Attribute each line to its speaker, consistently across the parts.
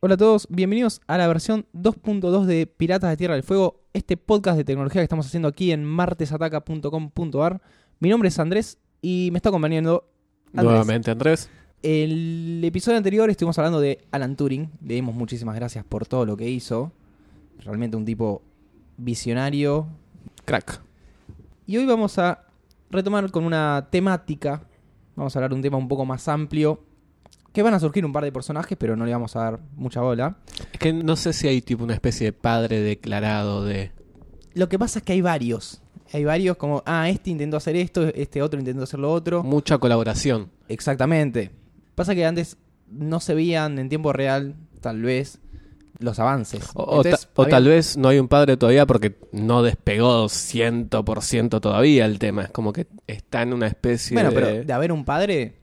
Speaker 1: Hola a todos, bienvenidos a la versión 2.2 de Piratas de Tierra del Fuego, este podcast de tecnología que estamos haciendo aquí en martesataca.com.ar. Mi nombre es Andrés y me está acompañando Andrés.
Speaker 2: Nuevamente, Andrés.
Speaker 1: El episodio anterior estuvimos hablando de Alan Turing. Le dimos muchísimas gracias por todo lo que hizo. Realmente un tipo visionario.
Speaker 2: Crack.
Speaker 1: Y hoy vamos a retomar con una temática. Vamos a hablar de un tema un poco más amplio. Que van a surgir un par de personajes, pero no le vamos a dar mucha bola.
Speaker 2: Es que no sé si hay tipo una especie de padre declarado de.
Speaker 1: Lo que pasa es que hay varios. Hay varios como, ah, este intentó hacer esto, este otro intentó hacer lo otro.
Speaker 2: Mucha colaboración.
Speaker 1: Exactamente. Pasa que antes no se veían en tiempo real, tal vez, los avances.
Speaker 2: O, o
Speaker 1: Entonces,
Speaker 2: ta- o
Speaker 1: había-
Speaker 2: tal vez no hay un padre todavía porque no despegó 100% todavía el tema. Es como que está en una especie
Speaker 1: Bueno,
Speaker 2: de.
Speaker 1: pero de haber un padre,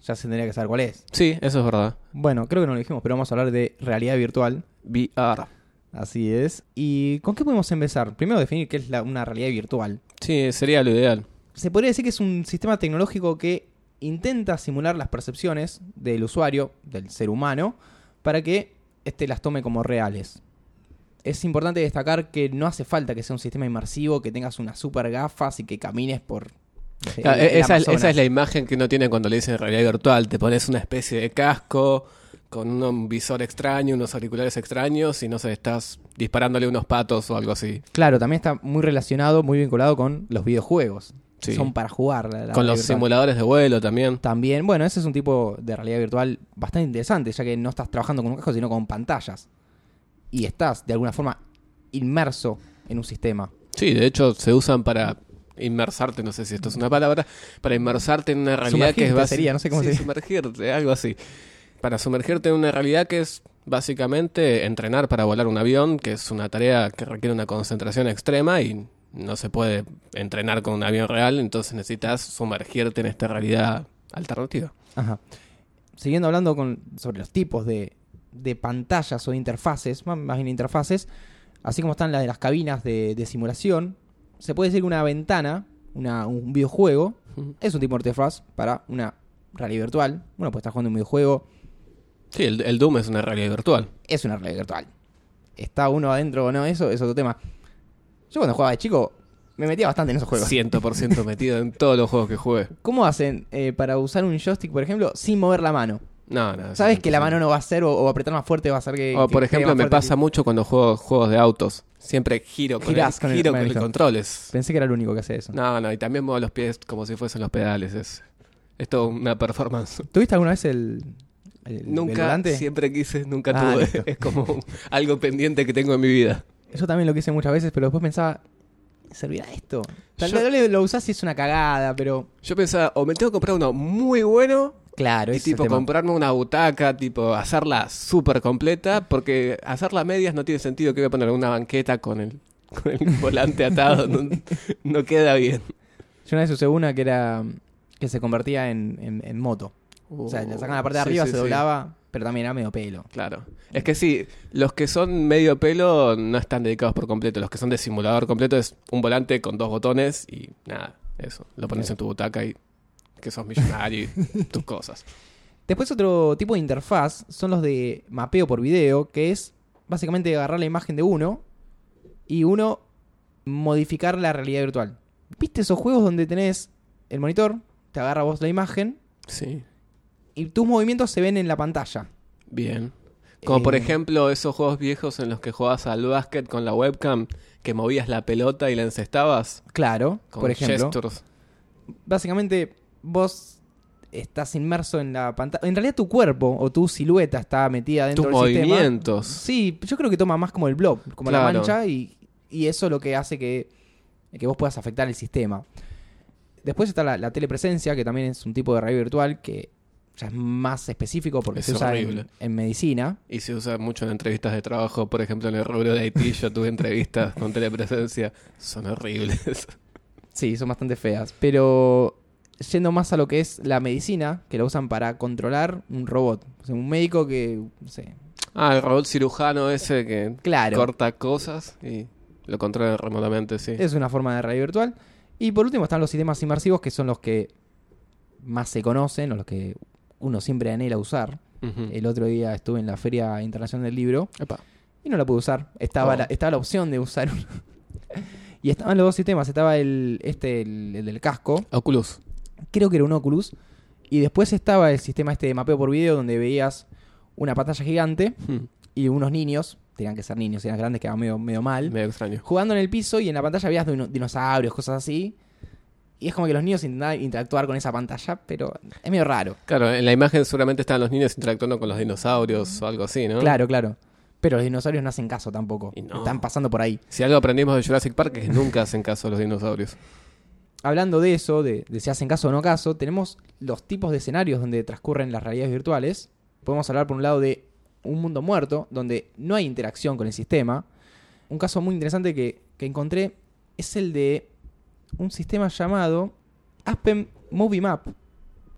Speaker 1: ya se tendría que saber cuál es.
Speaker 2: Sí, eso es verdad.
Speaker 1: Bueno, creo que no lo dijimos, pero vamos a hablar de realidad virtual.
Speaker 2: VR.
Speaker 1: Así es. ¿Y con qué podemos empezar? Primero definir qué es la- una realidad virtual.
Speaker 2: Sí, sería lo ideal.
Speaker 1: Se podría decir que es un sistema tecnológico que intenta simular las percepciones del usuario, del ser humano, para que éste las tome como reales. Es importante destacar que no hace falta que sea un sistema inmersivo, que tengas unas super gafas y que camines por... el-
Speaker 2: Claro,
Speaker 1: el
Speaker 2: Ah, e, esa, es, esa
Speaker 1: Eh, Amazonas.
Speaker 2: es la imagen que uno tiene cuando le dicen realidad virtual. Te pones una especie de casco con un visor extraño, unos auriculares extraños y no sé, estás disparándole unos patos o algo así.
Speaker 1: Claro, también está muy relacionado, muy vinculado con los videojuegos.
Speaker 2: Sí.
Speaker 1: Son para jugar. la- la
Speaker 2: Con los
Speaker 1: realidad virtual.
Speaker 2: simuladores de vuelo también.
Speaker 1: También, bueno, ese es un tipo de realidad virtual bastante interesante, ya que no estás trabajando con un casco, sino con pantallas. Y estás, de alguna forma, inmerso en un sistema.
Speaker 2: Sí, de hecho se usan para inmersarte, no sé si esto es una palabra, para inmersarte en una realidad que es
Speaker 1: Sumergirte
Speaker 2: basi-
Speaker 1: sería, no sé cómo
Speaker 2: Sí,
Speaker 1: se dice.
Speaker 2: sumergirte, algo así. Para sumergirte en una realidad que es básicamente entrenar para volar un avión, que es una tarea que requiere una concentración extrema y no se puede entrenar con un avión real, entonces necesitas sumergirte en esta realidad alternativa.
Speaker 1: Ajá. Siguiendo hablando con, sobre los tipos de, de pantallas o interfaces, más, más bien interfaces, así como están las de las cabinas de, de simulación, se puede decir que una ventana, una- un videojuego,
Speaker 2: Ujú.
Speaker 1: es un tipo de interfaz para una realidad virtual. Bueno, pues estás jugando un videojuego,
Speaker 2: Sí, el, el Doom es una realidad virtual.
Speaker 1: es una realidad virtual. Está uno adentro o no, eso es otro tema. Yo cuando jugaba de chico me metía bastante en esos juegos.
Speaker 2: 100% metido en todos los juegos que jugué.
Speaker 1: ¿Cómo hacen eh, para usar un joystick, por ejemplo, sin mover la mano?
Speaker 2: No, no. es
Speaker 1: Sabes que la
Speaker 2: imposible.
Speaker 1: mano no va a hacer o, o apretar más fuerte va a hacer que.
Speaker 2: O,
Speaker 1: que
Speaker 2: por
Speaker 1: pegue
Speaker 2: ejemplo,
Speaker 1: más
Speaker 2: me
Speaker 1: fuerte.
Speaker 2: pasa mucho cuando juego juegos de autos. Siempre giro con,
Speaker 1: Girás
Speaker 2: el,
Speaker 1: con el-
Speaker 2: giro
Speaker 1: con
Speaker 2: con
Speaker 1: el
Speaker 2: el
Speaker 1: botón.
Speaker 2: control. es-
Speaker 1: Pensé que era el único que hacía eso.
Speaker 2: No, no, y también muevo los pies como si fuesen los pedales. Es, es toda una performance.
Speaker 1: ¿Tuviste alguna vez el. el
Speaker 2: Nunca,
Speaker 1: volante?
Speaker 2: siempre quise, nunca
Speaker 1: Ah,
Speaker 2: tuve.
Speaker 1: listo.
Speaker 2: Es como un- algo pendiente que tengo en mi vida.
Speaker 1: Yo también lo quise muchas veces, pero después pensaba. ¿Servirá esto? Tal
Speaker 2: Yo-
Speaker 1: vez lo usás y es una cagada, pero.
Speaker 2: Yo pensaba, o me tengo que comprar uno muy bueno
Speaker 1: Claro,
Speaker 2: y
Speaker 1: ese es el
Speaker 2: tipo
Speaker 1: tema.
Speaker 2: comprarme una butaca, tipo hacerla súper completa, porque hacerla a medias no tiene sentido que voy a poner una banqueta con el, con el volante atado. No- no queda bien.
Speaker 1: Yo una vez usé una que era. mm, que se convertía en, en- en moto. O sea, le sacaban la parte de
Speaker 2: Sí,
Speaker 1: arriba,
Speaker 2: Oh, sí,
Speaker 1: se
Speaker 2: sí.
Speaker 1: doblaba, pero también era medio pelo.
Speaker 2: Claro. Es que sí, los que son medio pelo no están dedicados por completo. Los que son de simulador completo es un volante con dos botones y nada, eso. Lo pones en tu butaca y que sos millonario y tus cosas.
Speaker 1: Después otro tipo de interfaz son los de mapeo por video, que es básicamente agarrar la imagen de uno y uno modificar la realidad virtual. ¿Viste esos juegos donde tenés el monitor, te agarra vos la imagen
Speaker 2: Sí.
Speaker 1: y tus movimientos se ven en la pantalla?
Speaker 2: Bien. Como por
Speaker 1: Eh,
Speaker 2: ejemplo esos juegos viejos en los que jugabas al básquet con la webcam, que movías la pelota y la encestabas.
Speaker 1: Claro,
Speaker 2: Con
Speaker 1: por ejemplo.
Speaker 2: gestures.
Speaker 1: Básicamente vos estás inmerso en la pantalla. En realidad tu cuerpo o tu silueta está metida dentro
Speaker 2: Tus
Speaker 1: del sistema.
Speaker 2: movimientos.
Speaker 1: Sí, yo creo que toma más como el blob, como la
Speaker 2: Claro.
Speaker 1: mancha, y, y eso es lo que hace que, que vos puedas afectar el sistema. Después está la, la telepresencia, que también es un tipo de realidad virtual que ya es más específico porque
Speaker 2: Es
Speaker 1: se usa en,
Speaker 2: horrible.
Speaker 1: en medicina.
Speaker 2: Y se usa mucho en entrevistas de trabajo. Por ejemplo, en el rubro de Haití yo tuve entrevistas con telepresencia. Son horribles.
Speaker 1: Sí, son bastante feas. Pero yendo más a lo que es la medicina, que la usan para controlar un robot. O sea, un médico que. No sé.
Speaker 2: Ah, el robot cirujano ese que
Speaker 1: Claro.
Speaker 2: corta cosas y lo controla remotamente, sí.
Speaker 1: Es una forma de radio virtual. Y por último están los sistemas inmersivos, que son los que más se conocen, o los que uno siempre anhela usar.
Speaker 2: Ujú.
Speaker 1: El otro día estuve en la Feria Internacional del Libro
Speaker 2: Epa.
Speaker 1: y no la pude usar. Estaba,
Speaker 2: Oh.
Speaker 1: la, estaba la opción de usar uno. y estaban los dos sistemas. Estaba el, este, el- el del casco,
Speaker 2: Oculus.
Speaker 1: creo que era un Oculus. Y después estaba el sistema este de mapeo por video, donde veías una pantalla gigante
Speaker 2: Hmm.
Speaker 1: y unos niños, tenían que ser niños, eran grandes, quedaban medio, medio mal
Speaker 2: Medio extraño.
Speaker 1: jugando en el piso y en la pantalla veías dino- dinosaurios, cosas así. Y es como que los niños intentaban interactuar con esa pantalla, pero es medio raro.
Speaker 2: Claro, en la imagen seguramente estaban los niños interactuando con los dinosaurios o algo así, ¿no?
Speaker 1: Claro, claro. Pero los dinosaurios no hacen caso tampoco.
Speaker 2: Y no.
Speaker 1: Están pasando por ahí.
Speaker 2: Si algo aprendimos de Jurassic Park es que nunca hacen caso a los dinosaurios.
Speaker 1: Hablando de eso, de, de si hacen caso o no caso, tenemos los tipos de escenarios donde transcurren las realidades virtuales. Podemos hablar por un lado de un mundo muerto, donde no hay interacción con el sistema. Un caso muy interesante que, que encontré es el de un sistema llamado Aspen Movie Map,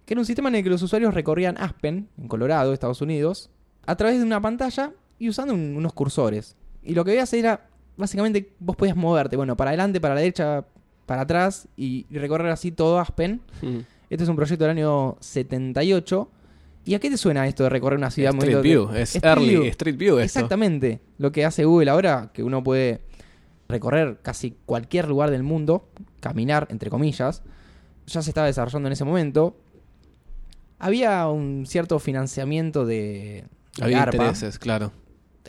Speaker 1: que era un sistema en el que los usuarios recorrían Aspen, en Colorado, Estados Unidos, a través de una pantalla y usando un- unos cursores. Y lo que veías era, básicamente, vos podías moverte, bueno, para adelante, para la derecha, para atrás y y recorrer así todo Aspen.
Speaker 2: Hmm.
Speaker 1: Este es un proyecto del año 78. ¿Y a qué te suena esto de recorrer una ciudad
Speaker 2: Street
Speaker 1: moviéndote?
Speaker 2: View, es
Speaker 1: Street
Speaker 2: early
Speaker 1: View.
Speaker 2: Street View esto.
Speaker 1: Exactamente. Lo que hace Google ahora, que uno puede recorrer casi cualquier lugar del mundo, caminar, entre comillas, ya se estaba desarrollando en ese momento. Había un cierto financiamiento de de
Speaker 2: Había
Speaker 1: DARPA.
Speaker 2: intereses, claro.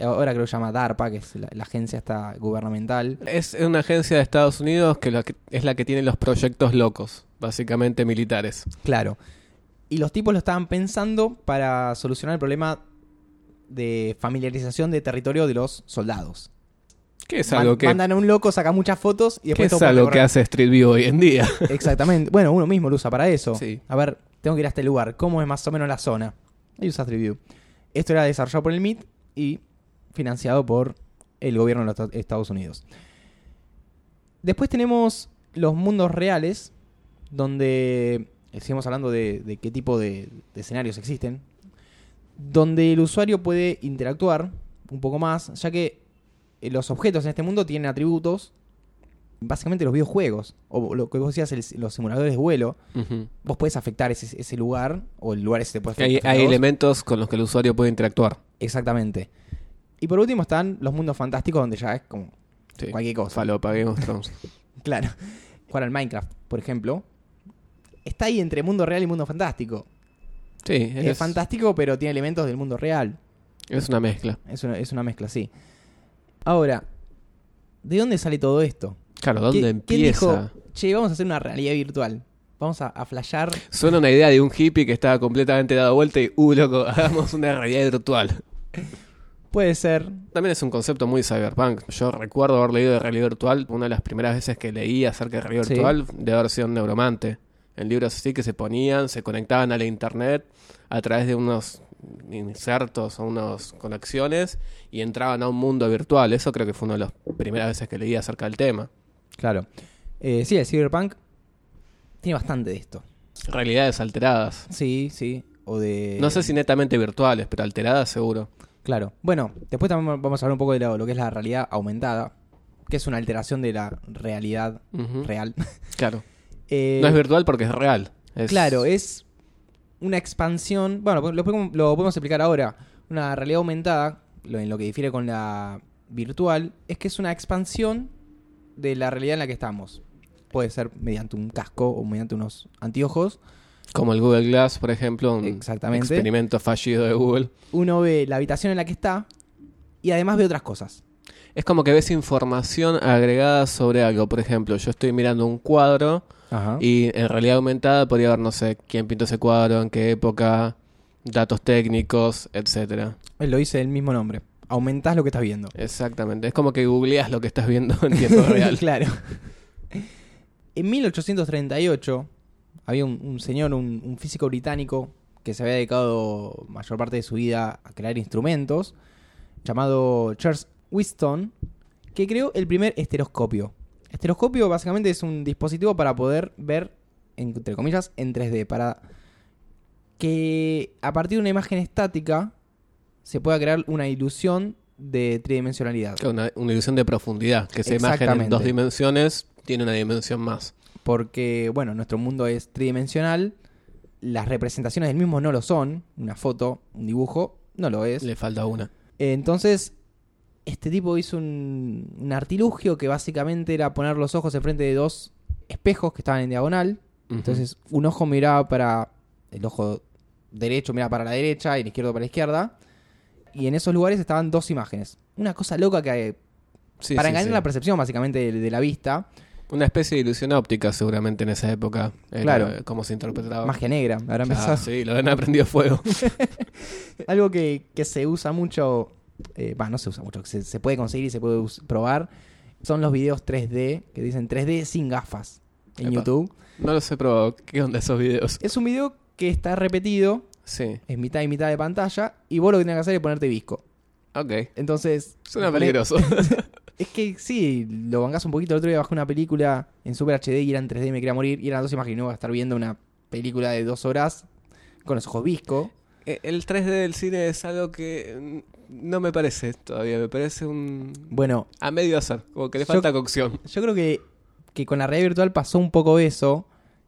Speaker 1: Ahora creo que se llama DARPA, que es la, la agencia esta gubernamental.
Speaker 2: Es una agencia de Estados Unidos que, la que- es la que tiene los proyectos locos, básicamente militares.
Speaker 1: Claro. Y los tipos lo estaban pensando para solucionar el problema de familiarización de territorio de los soldados.
Speaker 2: Que es
Speaker 1: Man-
Speaker 2: algo que,
Speaker 1: Mandan a un loco, saca muchas fotos y
Speaker 2: que
Speaker 1: después
Speaker 2: es
Speaker 1: puede
Speaker 2: algo que
Speaker 1: correr.
Speaker 2: hace Street View hoy en día.
Speaker 1: Exactamente. Bueno, uno mismo lo usa para eso.
Speaker 2: Sí.
Speaker 1: A ver, tengo que ir a este lugar. ¿Cómo es más o menos la zona? Y usas Street View. Esto era desarrollado por el MIT y financiado por el gobierno de los Estados- Estados Unidos. Después tenemos los mundos reales, donde eh, seguimos hablando de, de qué tipo de, de escenarios existen, donde el usuario puede interactuar un poco más, ya que eh, los objetos en este mundo tienen atributos, básicamente los videojuegos, o lo que vos decías, el- los simuladores de vuelo,
Speaker 2: Ujú.
Speaker 1: vos puedes afectar ese, ese lugar, o el lugar ese te puede
Speaker 2: Que Hay,
Speaker 1: afectar.
Speaker 2: hay
Speaker 1: a vos.
Speaker 2: elementos con los que el usuario puede interactuar.
Speaker 1: Exactamente. Y por último están los mundos fantásticos, donde ya es como
Speaker 2: Sí.
Speaker 1: cualquier cosa.
Speaker 2: Falopa, Game of Thrones.
Speaker 1: Claro. Jugar al Minecraft, por ejemplo. Está ahí entre mundo real y mundo fantástico.
Speaker 2: Sí,
Speaker 1: Es,
Speaker 2: es,
Speaker 1: fantástico, pero tiene elementos del mundo real.
Speaker 2: es una mezcla.
Speaker 1: Es una, es una mezcla, sí. Ahora, ¿de dónde sale todo esto?
Speaker 2: Claro, ¿dónde
Speaker 1: ¿Qui- quién
Speaker 2: empieza?
Speaker 1: dijo, che, vamos a hacer una realidad virtual? Vamos a, a flashear.
Speaker 2: Suena una idea de un hippie que estaba completamente dado vuelta y, uh, loco, hagamos una realidad virtual.
Speaker 1: Puede ser.
Speaker 2: También es un concepto muy cyberpunk. Yo recuerdo haber leído de realidad virtual. Una de las primeras veces que leí acerca de realidad
Speaker 1: Sí.
Speaker 2: virtual de haber sido un neuromante. En libros así que se ponían, se conectaban a la internet a través de unos insertos o unas conexiones y entraban a un mundo virtual. Eso creo que fue una de las primeras veces que leí acerca del tema.
Speaker 1: Claro. Eh, sí, el Cyberpunk tiene bastante de esto.
Speaker 2: Realidades alteradas.
Speaker 1: Sí, sí. O de.
Speaker 2: No sé si netamente virtuales, pero alteradas seguro.
Speaker 1: Claro. Bueno, después también vamos a hablar un poco de lo, lo que es la realidad aumentada, que es una alteración de la realidad
Speaker 2: Ujú.
Speaker 1: real.
Speaker 2: Claro.
Speaker 1: Eh,
Speaker 2: No es virtual porque es real. Es-
Speaker 1: Claro, es una expansión. Bueno, pues, lo, podemos- lo podemos explicar ahora. Una realidad aumentada, lo- en lo que difiere con la virtual, es que es una expansión de la realidad en la que estamos. Puede ser mediante un casco o mediante unos anteojos.
Speaker 2: Como el Google Glass, por ejemplo, un
Speaker 1: Exactamente.
Speaker 2: experimento fallido de Google.
Speaker 1: Uno ve la habitación en la que está y además ve otras cosas.
Speaker 2: Es como que ves información agregada sobre algo. Por ejemplo, yo estoy mirando un cuadro
Speaker 1: Ajá.
Speaker 2: y en realidad aumentada podría ver, no sé, quién pintó ese cuadro, en qué época, datos técnicos, etcétera.
Speaker 1: Lo dice el mismo nombre. Aumentás lo que estás viendo.
Speaker 2: Exactamente. Es como que googleas lo que estás viendo en tiempo real.
Speaker 1: claro. En 1838 había un, un señor, un, un físico británico, que se había dedicado mayor parte de su vida a crear instrumentos, llamado Charles Whiston, que creó el primer esteroscopio. Esteroscopio básicamente es un dispositivo para poder ver, entre comillas, en 3D, para que a partir de una imagen estática se pueda crear una ilusión de tridimensionalidad.
Speaker 2: Claro, Una, una ilusión de profundidad, que esa imagen en
Speaker 1: Exactamente.
Speaker 2: dos dimensiones tiene una dimensión más.
Speaker 1: porque, bueno, nuestro mundo es tridimensional, las representaciones del mismo no lo son, una foto, un dibujo, no lo es.
Speaker 2: Le falta una.
Speaker 1: Entonces, este tipo hizo un, un artilugio que básicamente era poner los ojos enfrente de dos espejos que estaban en diagonal.
Speaker 2: Ujú.
Speaker 1: Entonces, un ojo miraba para el ojo derecho, miraba para la derecha y el izquierdo para la izquierda. Y en esos lugares estaban dos imágenes. Una cosa loca que... eh,
Speaker 2: Sí,
Speaker 1: para
Speaker 2: sí,
Speaker 1: engañar
Speaker 2: sí.
Speaker 1: la percepción básicamente de- de la vista.
Speaker 2: Una especie de ilusión óptica seguramente en esa época. Era
Speaker 1: Claro.
Speaker 2: Cómo se interpretaba.
Speaker 1: Magia negra, habrá
Speaker 2: Ah,
Speaker 1: empezado.
Speaker 2: sí, lo han aprendido fuego.
Speaker 1: Algo que, que se usa mucho, eh, bah, no se usa mucho, que se, se puede conseguir y se puede us- probar, son los videos 3D, que dicen 3D sin gafas en
Speaker 2: Epa.
Speaker 1: YouTube.
Speaker 2: No lo sé, pero ¿qué onda esos videos?
Speaker 1: Es un video que está repetido,
Speaker 2: Sí,
Speaker 1: es mitad y mitad de pantalla, y vos lo que tenés que hacer es ponerte visco.
Speaker 2: ok.
Speaker 1: Entonces...
Speaker 2: Suena
Speaker 1: le-
Speaker 2: peligroso.
Speaker 1: Es que sí, lo bancás un poquito. El otro día bajé una película en Super HD y era en 3D, me quería morir, y eran dos imágenes, no voy a estar viendo una película de dos horas con los ojos visco.
Speaker 2: Eh, El 3D del cine es algo que mm, no me parece todavía, me parece un...
Speaker 1: Bueno,
Speaker 2: A medio hacer, como que le
Speaker 1: Yo-
Speaker 2: falta cocción.
Speaker 1: Yo creo que, que con la realidad virtual pasó un poco eso,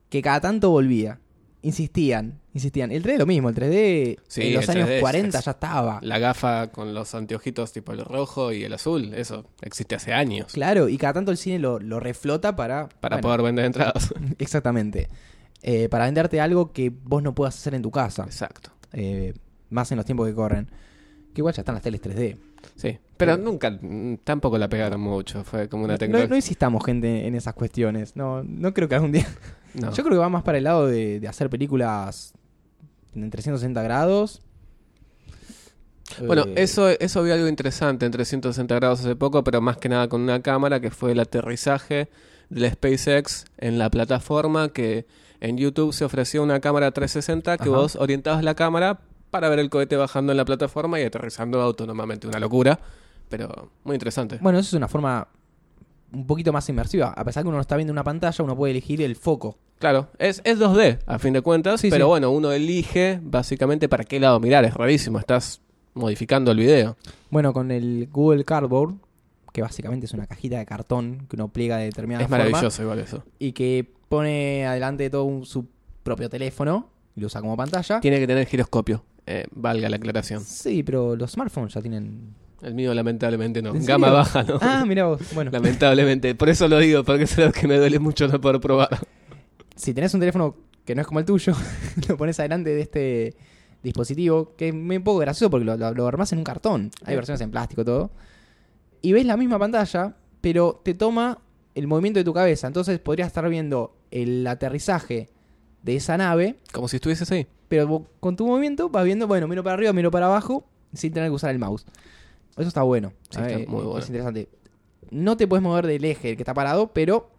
Speaker 1: que cada tanto volvía. Insistían, insistían. El 3D es lo mismo, el 3D
Speaker 2: Sí,
Speaker 1: en los
Speaker 2: el
Speaker 1: años
Speaker 2: 3D es-
Speaker 1: 40
Speaker 2: es-
Speaker 1: ya estaba.
Speaker 2: La gafa con los anteojitos tipo el rojo y el azul, eso existe hace años.
Speaker 1: Claro, y cada tanto el cine lo, lo reflota para...
Speaker 2: Para
Speaker 1: bueno,
Speaker 2: poder vender entradas.
Speaker 1: Exactamente. Eh, para venderte algo que vos no puedas hacer en tu casa.
Speaker 2: Exacto.
Speaker 1: eh, más en los tiempos que corren. Que igual ya están las teles 3D.
Speaker 2: Sí. Pero nunca, mm, tampoco la pegaron mucho. Fue como una
Speaker 1: No- No,
Speaker 2: tecnología.
Speaker 1: no insistamos, gente, en esas cuestiones. No, no creo que algún día...
Speaker 2: No.
Speaker 1: Yo creo que va más para el lado de, de hacer películas en 360 grados.
Speaker 2: Bueno,
Speaker 1: Eh,
Speaker 2: eso, eso vi algo interesante en 360 grados hace poco, pero más que nada con una cámara, que fue el aterrizaje del SpaceX en la plataforma que en YouTube se ofreció una cámara 360 que
Speaker 1: Ajá.
Speaker 2: vos orientabas la cámara para ver el cohete bajando en la plataforma y aterrizando autónomamente. Una locura, pero muy interesante.
Speaker 1: Bueno, eso es una forma un poquito más inmersiva. A pesar que uno no está viendo una pantalla, uno puede elegir el foco.
Speaker 2: Claro, es, es 2D a fin de cuentas,
Speaker 1: Sí,
Speaker 2: pero
Speaker 1: sí.
Speaker 2: bueno, uno elige básicamente para qué lado mirar. Es rarísimo, estás modificando el video.
Speaker 1: Bueno, con el Google Cardboard, que básicamente es una cajita de cartón que uno pliega de determinada
Speaker 2: es
Speaker 1: forma,
Speaker 2: maravilloso igual eso.
Speaker 1: y que pone adelante de todo un- su propio teléfono y lo usa como pantalla.
Speaker 2: Tiene que tener giroscopio, eh, valga la aclaración.
Speaker 1: Sí, pero los smartphones ya tienen...
Speaker 2: El mío lamentablemente no.
Speaker 1: ¿En
Speaker 2: Gama
Speaker 1: serio?
Speaker 2: baja, ¿no?
Speaker 1: Ah, mira vos. Bueno,
Speaker 2: Lamentablemente. Por eso lo digo, porque es algo que me duele mucho no poder probar.
Speaker 1: si tenés un teléfono que no es como el tuyo, lo pones adelante de este dispositivo, que es un poco gracioso porque lo, lo- lo armás en un cartón. Hay
Speaker 2: Eh.
Speaker 1: versiones en plástico, todo. Y ves la misma pantalla, pero te toma el movimiento de tu cabeza. Entonces podrías estar viendo el aterrizaje de esa nave,
Speaker 2: Como si estuvieses ahí.
Speaker 1: pero vos con tu movimiento vas viendo, bueno, miro para arriba, miro para abajo, sin tener que usar el mouse. Eso está bueno. Eh,
Speaker 2: Sí, está muy bueno.
Speaker 1: Es interesante. No te puedes mover del eje el que está parado, pero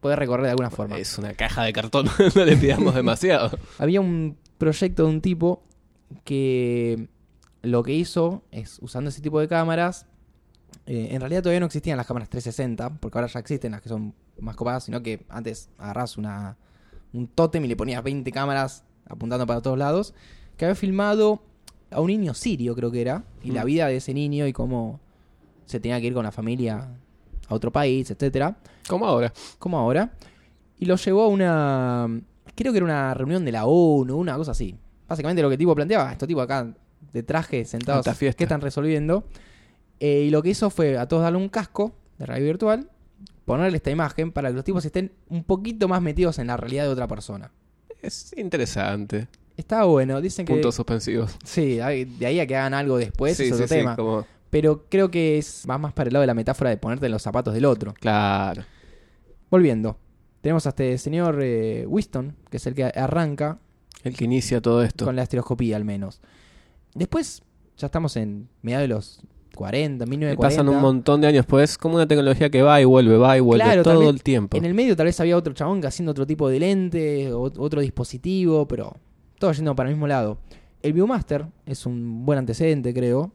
Speaker 1: puedes recorrer de alguna forma.
Speaker 2: Es una caja de cartón, no le pidamos demasiado.
Speaker 1: Había un proyecto de un tipo que lo que hizo es, usando ese tipo de cámaras, eh, en realidad todavía no existían las cámaras 360, porque ahora ya existen las que son más copadas, sino que antes agarrás una, un tótem y le ponías 20 cámaras apuntando para todos lados, que había filmado a un niño sirio, creo que era, y la
Speaker 2: Mm.
Speaker 1: vida de ese niño y cómo se tenía que ir con la familia a otro país, etcétera
Speaker 2: Como ahora.
Speaker 1: como ahora, y lo llevó a una. Creo que era una reunión de la ONU, una cosa así. Básicamente lo que el tipo planteaba, estos tipos acá de traje sentados,
Speaker 2: Alta fiesta.
Speaker 1: ¿qué están resolviendo? Eh, y lo que hizo fue a todos darle un casco de realidad virtual, ponerle esta imagen para que los tipos estén un poquito más metidos en la realidad de otra persona.
Speaker 2: Es interesante.
Speaker 1: Está bueno, dicen que.
Speaker 2: Puntos suspensivos.
Speaker 1: Sí, hay- de ahí a que hagan algo después
Speaker 2: sí,
Speaker 1: es otro
Speaker 2: sí, sí,
Speaker 1: tema.
Speaker 2: como-
Speaker 1: Pero creo que es, va más para el lado de la metáfora de ponerte en los zapatos del otro.
Speaker 2: Claro.
Speaker 1: Volviendo, tenemos a este señor eh, Winston, que es el que arranca
Speaker 2: El que inicia todo esto.
Speaker 1: con la estereoscopía al menos. Después, ya estamos en mediados de los 40,
Speaker 2: Y
Speaker 1: 1940.
Speaker 2: pasan un montón de años, pues es como una tecnología que va y vuelve, va y vuelve
Speaker 1: Claro,
Speaker 2: todo
Speaker 1: también
Speaker 2: el tiempo.
Speaker 1: En el medio tal vez había otro chabón que haciendo otro tipo de lente, o- otro dispositivo, pero todo yendo para el mismo lado. El Viewmaster es un buen antecedente, creo,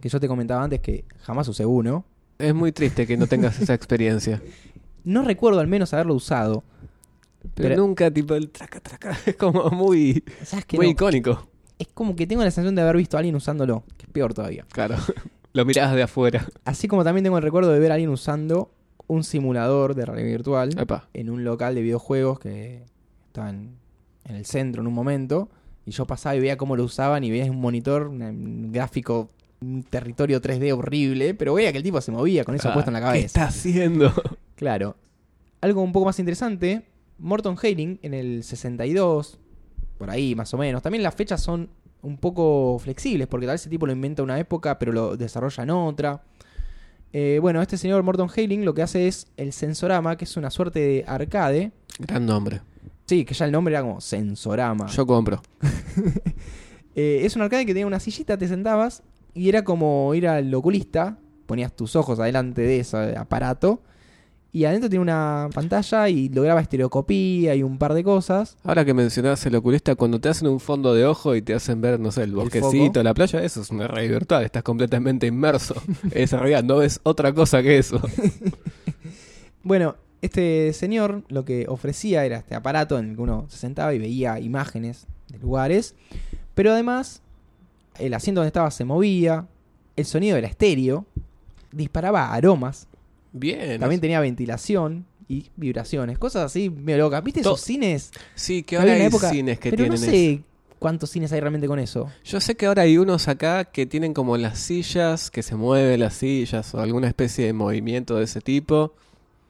Speaker 1: que yo te comentaba antes que jamás usé uno.
Speaker 2: Es muy triste que no tengas esa experiencia.
Speaker 1: No recuerdo al menos haberlo usado.
Speaker 2: Pero,
Speaker 1: Pero-
Speaker 2: nunca, tipo, el traca traca es como muy,
Speaker 1: ¿Sabes qué?
Speaker 2: muy
Speaker 1: No.
Speaker 2: icónico.
Speaker 1: Es como que tengo la sensación de haber visto a alguien usándolo, que es peor todavía.
Speaker 2: Claro. Lo mirabas de afuera.
Speaker 1: Así como también tengo el recuerdo de ver a alguien usando un simulador de realidad virtual
Speaker 2: Epa.
Speaker 1: en un local de videojuegos que estaba en, en el centro en un momento. Y yo pasaba y veía cómo lo usaban y veía un monitor, un, un gráfico, un territorio 3D horrible. Pero veía que el tipo se movía con eso
Speaker 2: Ah,
Speaker 1: puesto en la
Speaker 2: ¿Qué
Speaker 1: cabeza.
Speaker 2: está haciendo?
Speaker 1: Claro. Algo un poco más interesante, Morton Hailing en el 62, por ahí más o menos. También las fechas son un poco flexibles, porque tal vez ese tipo lo inventa una época, pero lo desarrolla en otra. Eh, bueno, este señor Morton Hailing lo que hace es el sensorama, que es una suerte de arcade.
Speaker 2: Gran nombre.
Speaker 1: Sí, que ya el nombre era como sensorama.
Speaker 2: Yo compro.
Speaker 1: Eh, es un arcade que tenía una sillita, te sentabas y era como ir al oculista, ponías tus ojos adelante de ese aparato y adentro tiene una pantalla y lograba estereocopía y un par de cosas.
Speaker 2: Ahora que mencionás el oculista, cuando te hacen un fondo de ojo y te hacen ver, no sé, el bosquecito,
Speaker 1: foco.
Speaker 2: la playa, eso es una realidad virtual, estás completamente inmerso. es realidad, no ves otra cosa que eso.
Speaker 1: Bueno, este señor lo que ofrecía era este aparato en el que uno se sentaba y veía imágenes de lugares, pero además el asiento donde estaba se movía, el sonido era estéreo, disparaba aromas,
Speaker 2: Bien.
Speaker 1: también tenía ventilación y vibraciones, cosas así medio locas. ¿Viste
Speaker 2: To-
Speaker 1: esos cines?
Speaker 2: Sí, que
Speaker 1: Había
Speaker 2: ahora
Speaker 1: una
Speaker 2: hay
Speaker 1: época-
Speaker 2: cines que
Speaker 1: pero
Speaker 2: tienen
Speaker 1: no
Speaker 2: eso.
Speaker 1: sé cuántos cines hay realmente con eso.
Speaker 2: Yo sé que ahora hay unos acá que tienen como las sillas, que se mueven las sillas o alguna especie de movimiento de ese tipo.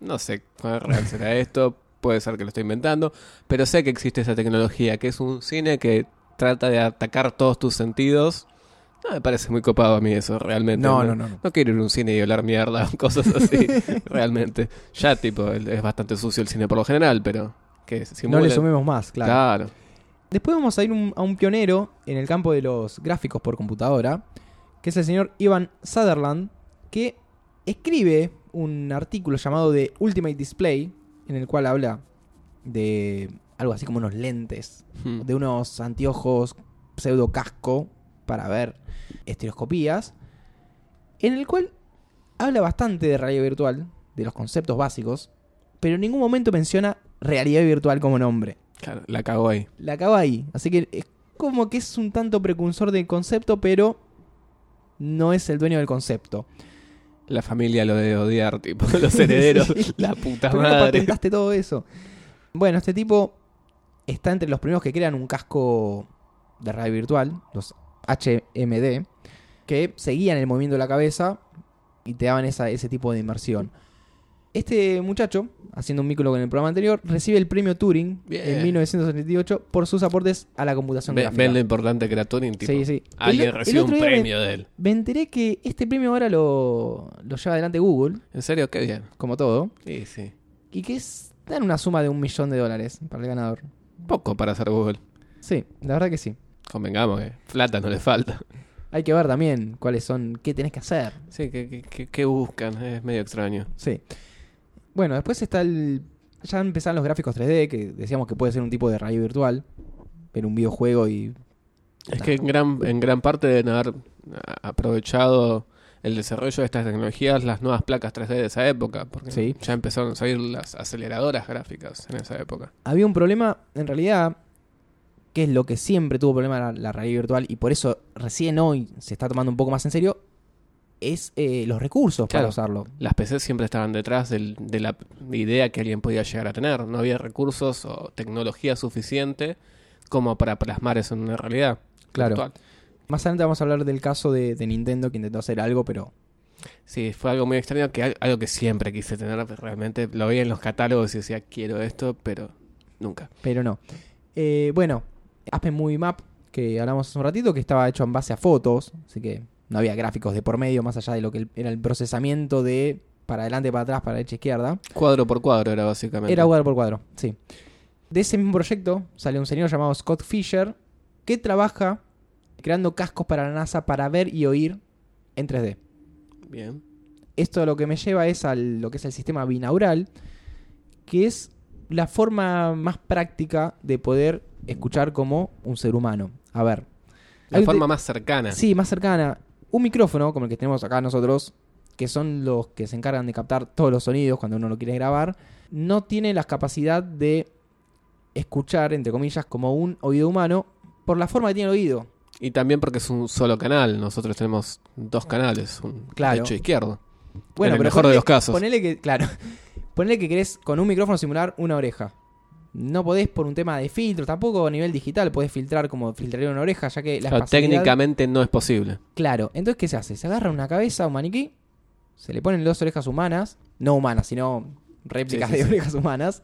Speaker 2: No sé cuál real será esto, puede ser que lo estoy inventando, pero sé que existe esa tecnología, que es un cine que trata de atacar todos tus sentidos. No me parece muy copado a mí eso, realmente.
Speaker 1: No, no, no, no.
Speaker 2: No quiero ir a un cine y hablar mierda o cosas así, realmente. Ya, tipo, el- es bastante sucio el cine por lo general, pero que
Speaker 1: no le
Speaker 2: simulen-
Speaker 1: sumemos más, claro.
Speaker 2: Claro.
Speaker 1: Después vamos a ir un- a un pionero en el campo de los gráficos por computadora, que es el señor Ivan Sutherland, que escribe un artículo llamado The Ultimate Display, en el cual habla de algo así como unos lentes
Speaker 2: Hmm.
Speaker 1: de unos anteojos pseudo casco para ver estereoscopías, en el cual habla bastante de realidad virtual, de los conceptos básicos, pero en ningún momento menciona realidad virtual como nombre.
Speaker 2: Claro, la cago ahí.
Speaker 1: La acaba ahí, así que es como que es un tanto precursor del concepto, pero no es el dueño del concepto.
Speaker 2: La familia lo de odiar, tipo, los herederos.
Speaker 1: Sí.
Speaker 2: La puta
Speaker 1: ¿Por qué no
Speaker 2: madre.
Speaker 1: patentaste todo eso? Bueno, este tipo está entre los primeros que crean un casco de radio virtual, los HMD, que seguían el movimiento de la cabeza y te daban esa- ese tipo de inmersión. Este muchacho, haciendo un micro con el programa anterior, recibe el premio Turing
Speaker 2: Bien.
Speaker 1: en 1978 por sus aportes a la computación
Speaker 2: Ve-
Speaker 1: gráfica.
Speaker 2: ¿Ven lo importante que era Turing? Tipo,
Speaker 1: Sí, sí.
Speaker 2: Alguien
Speaker 1: El- el
Speaker 2: recibe
Speaker 1: otro
Speaker 2: un
Speaker 1: día me-
Speaker 2: premio de él.
Speaker 1: Me enteré que este premio ahora lo, lo lleva adelante Google,
Speaker 2: ¿En serio? Qué bien.
Speaker 1: como todo,
Speaker 2: Sí, sí.
Speaker 1: y que es, dan una suma de un millón de dólares para el ganador.
Speaker 2: Poco para hacer Google.
Speaker 1: Sí, la verdad que sí.
Speaker 2: Convengamos que plata no le falta.
Speaker 1: Hay que ver también cuáles son, qué tenés que hacer.
Speaker 2: Sí, ¿qué, qué- qué- qué buscan? Es medio extraño.
Speaker 1: Sí. Bueno, después está el. Ya empezaron los gráficos 3D, que decíamos que puede ser un tipo de radio virtual, pero un videojuego y.
Speaker 2: Es que en gran, en gran parte deben haber a- aprovechado el desarrollo de estas tecnologías, las nuevas placas 3D de esa época, porque
Speaker 1: Sí.
Speaker 2: ya empezaron a salir las aceleradoras gráficas en esa época.
Speaker 1: Había un problema, en realidad, que es lo que siempre tuvo problema la, la realidad virtual, y por eso recién hoy se está tomando un poco más en serio, es eh, los recursos
Speaker 2: Claro.
Speaker 1: para usarlo.
Speaker 2: las PCs siempre estaban detrás del- de la idea que alguien podía llegar a tener. No había recursos o tecnología suficiente como para plasmar eso en una realidad.
Speaker 1: Claro.
Speaker 2: virtual.
Speaker 1: Más adelante vamos a hablar del caso de, de Nintendo que intentó hacer algo, pero
Speaker 2: Sí, fue algo muy extraño, que al- algo que siempre quise tener, realmente lo veía en los catálogos y decía, quiero esto, pero nunca.
Speaker 1: Pero no. Eh, bueno, Aspen Movie Map, que hablamos hace un ratito, que estaba hecho en base a fotos, así que no había gráficos de por medio, más allá de lo que el- era el procesamiento de para adelante, para atrás, para derecha, izquierda.
Speaker 2: Cuadro por cuadro era básicamente.
Speaker 1: Era cuadro por cuadro, sí. De ese mismo proyecto sale un señor llamado Scott Fisher, que trabaja creando cascos para la NASA para ver y oír en 3D.
Speaker 2: Bien.
Speaker 1: Esto lo que me lleva es a lo que es el sistema binaural, que es la forma más práctica de poder escuchar como un ser humano. A ver.
Speaker 2: La
Speaker 1: Hay un
Speaker 2: forma
Speaker 1: te-
Speaker 2: más cercana.
Speaker 1: Sí, más cercana. Un micrófono, como el que tenemos acá nosotros, que son los que se encargan de captar todos los sonidos cuando uno lo quiere grabar, no tiene la capacidad de escuchar, entre comillas, como un oído humano por la forma que tiene el oído.
Speaker 2: Y también porque es un solo canal. Nosotros tenemos dos canales, un
Speaker 1: Claro.
Speaker 2: derecho e izquierdo.
Speaker 1: Bueno,
Speaker 2: En el
Speaker 1: pero
Speaker 2: mejor de los casos.
Speaker 1: Ponele que, claro, ponele que querés con un micrófono simular una oreja. No podés por un tema de filtro, tampoco a nivel digital podés filtrar como filtraría una oreja, ya que la
Speaker 2: O sea,
Speaker 1: espacialidad-
Speaker 2: técnicamente no es posible.
Speaker 1: Claro, entonces ¿qué se hace? Se agarra una cabeza, un maniquí, se le ponen dos orejas humanas, no humanas, sino réplicas
Speaker 2: Sí, sí,
Speaker 1: de
Speaker 2: sí.
Speaker 1: orejas humanas.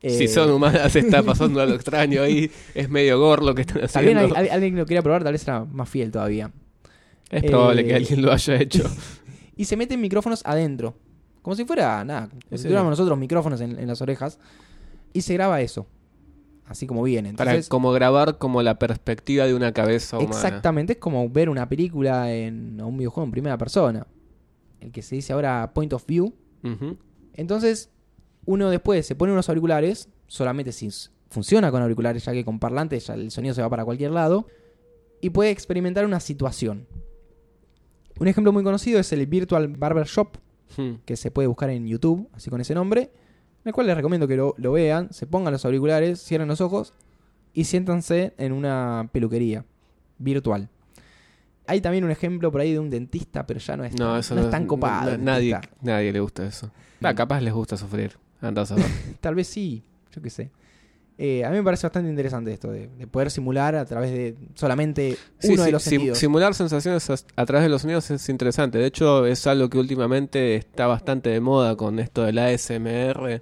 Speaker 2: Si
Speaker 1: Eh,
Speaker 2: son humanas, está pasando algo extraño ahí. Es medio gorro lo que están
Speaker 1: tal vez
Speaker 2: haciendo.
Speaker 1: al- al- alguien lo quería probar, tal vez era más fiel todavía.
Speaker 2: Es probable
Speaker 1: eh,
Speaker 2: que alguien lo haya hecho.
Speaker 1: Y se meten micrófonos adentro. Como si fuera, nada, como si
Speaker 2: Sí.
Speaker 1: tuviéramos nosotros micrófonos en, en las orejas. Y se graba eso. Así como viene.
Speaker 2: Para
Speaker 1: Entonces,
Speaker 2: como grabar como la perspectiva de una cabeza humana.
Speaker 1: exactamente, es como ver una película en o un videojuego en primera persona. El que se dice ahora point of view.
Speaker 2: Ujú.
Speaker 1: Entonces, uno después se pone unos auriculares, solamente si s- funciona con auriculares, ya que con parlantes ya el sonido se va para cualquier lado, y puede experimentar una situación. Un ejemplo muy conocido es el Virtual Barber Shop,
Speaker 2: Hmm.
Speaker 1: que se puede buscar en YouTube, así con ese nombre, en el cual les recomiendo que lo, lo vean, se pongan los auriculares, cierren los ojos y siéntanse en una peluquería virtual. Hay también un ejemplo por ahí de un dentista, pero ya no es,
Speaker 2: No,
Speaker 1: tan,
Speaker 2: eso
Speaker 1: no es tan copado.
Speaker 2: na-
Speaker 1: el
Speaker 2: nadie,
Speaker 1: dentista.
Speaker 2: nadie le gusta eso.
Speaker 1: Mm.
Speaker 2: Ah, capaz les gusta sufrir. Andás a ver.
Speaker 1: Tal vez sí, yo qué sé. Eh, a mí me parece bastante interesante esto de, de poder simular a través de solamente
Speaker 2: Sí,
Speaker 1: uno de
Speaker 2: sí,
Speaker 1: los
Speaker 2: sim-
Speaker 1: sentidos.
Speaker 2: Simular sensaciones as- a, través de los sonidos es interesante. De hecho, es algo que últimamente está bastante de moda con esto del ASMR,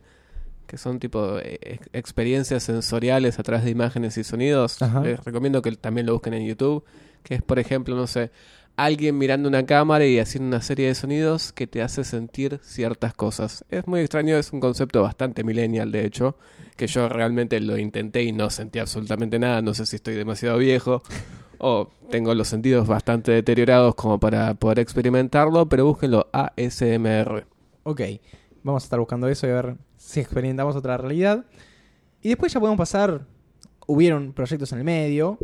Speaker 2: que son tipo eh, ex- experiencias sensoriales a través de imágenes y sonidos.
Speaker 1: Ajá.
Speaker 2: Les recomiendo que también lo busquen en YouTube, que es, por ejemplo, no sé, alguien mirando una cámara y haciendo una serie de sonidos que te hace sentir ciertas cosas. Es muy extraño, es un concepto bastante millennial, de hecho, que yo realmente lo intenté y no sentí absolutamente nada. No sé si estoy demasiado viejo o tengo los sentidos bastante deteriorados como para poder experimentarlo, pero búsquenlo ASMR.
Speaker 1: Ok, vamos a estar buscando eso y a ver si experimentamos otra realidad. Y después ya podemos pasar, hubieron proyectos en el medio,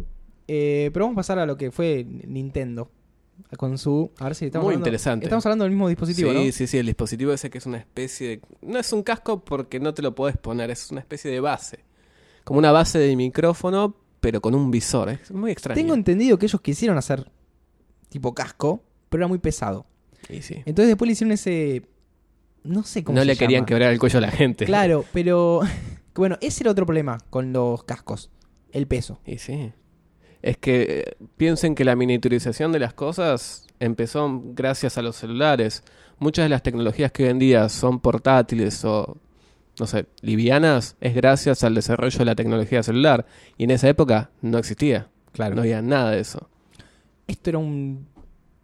Speaker 1: eh, pero vamos a pasar a lo que fue Nintendo. Con su... A ver si estamos
Speaker 2: Muy
Speaker 1: hablando-
Speaker 2: interesante.
Speaker 1: Estamos hablando del mismo dispositivo,
Speaker 2: sí,
Speaker 1: ¿no?
Speaker 2: sí, sí, el dispositivo ese que es una especie de... No es un casco porque no te lo podés poner, es una especie de base. Como una base de micrófono, pero con un visor. Es muy extraño.
Speaker 1: Tengo entendido que ellos quisieron hacer tipo casco, pero era muy pesado.
Speaker 2: Y sí.
Speaker 1: Entonces después le hicieron ese... No sé cómo
Speaker 2: No
Speaker 1: se
Speaker 2: le querían
Speaker 1: llama.
Speaker 2: quebrar el cuello a la gente.
Speaker 1: Claro, pero bueno, ese era otro problema con los cascos, el peso.
Speaker 2: Y sí. Es que eh, piensen que la miniaturización de las cosas empezó gracias a los celulares. Muchas de las tecnologías que hoy en día son portátiles o, no sé, livianas, es gracias al desarrollo de la tecnología celular. Y en esa época no existía.
Speaker 1: Claro.
Speaker 2: No había nada de eso.
Speaker 1: Esto era un-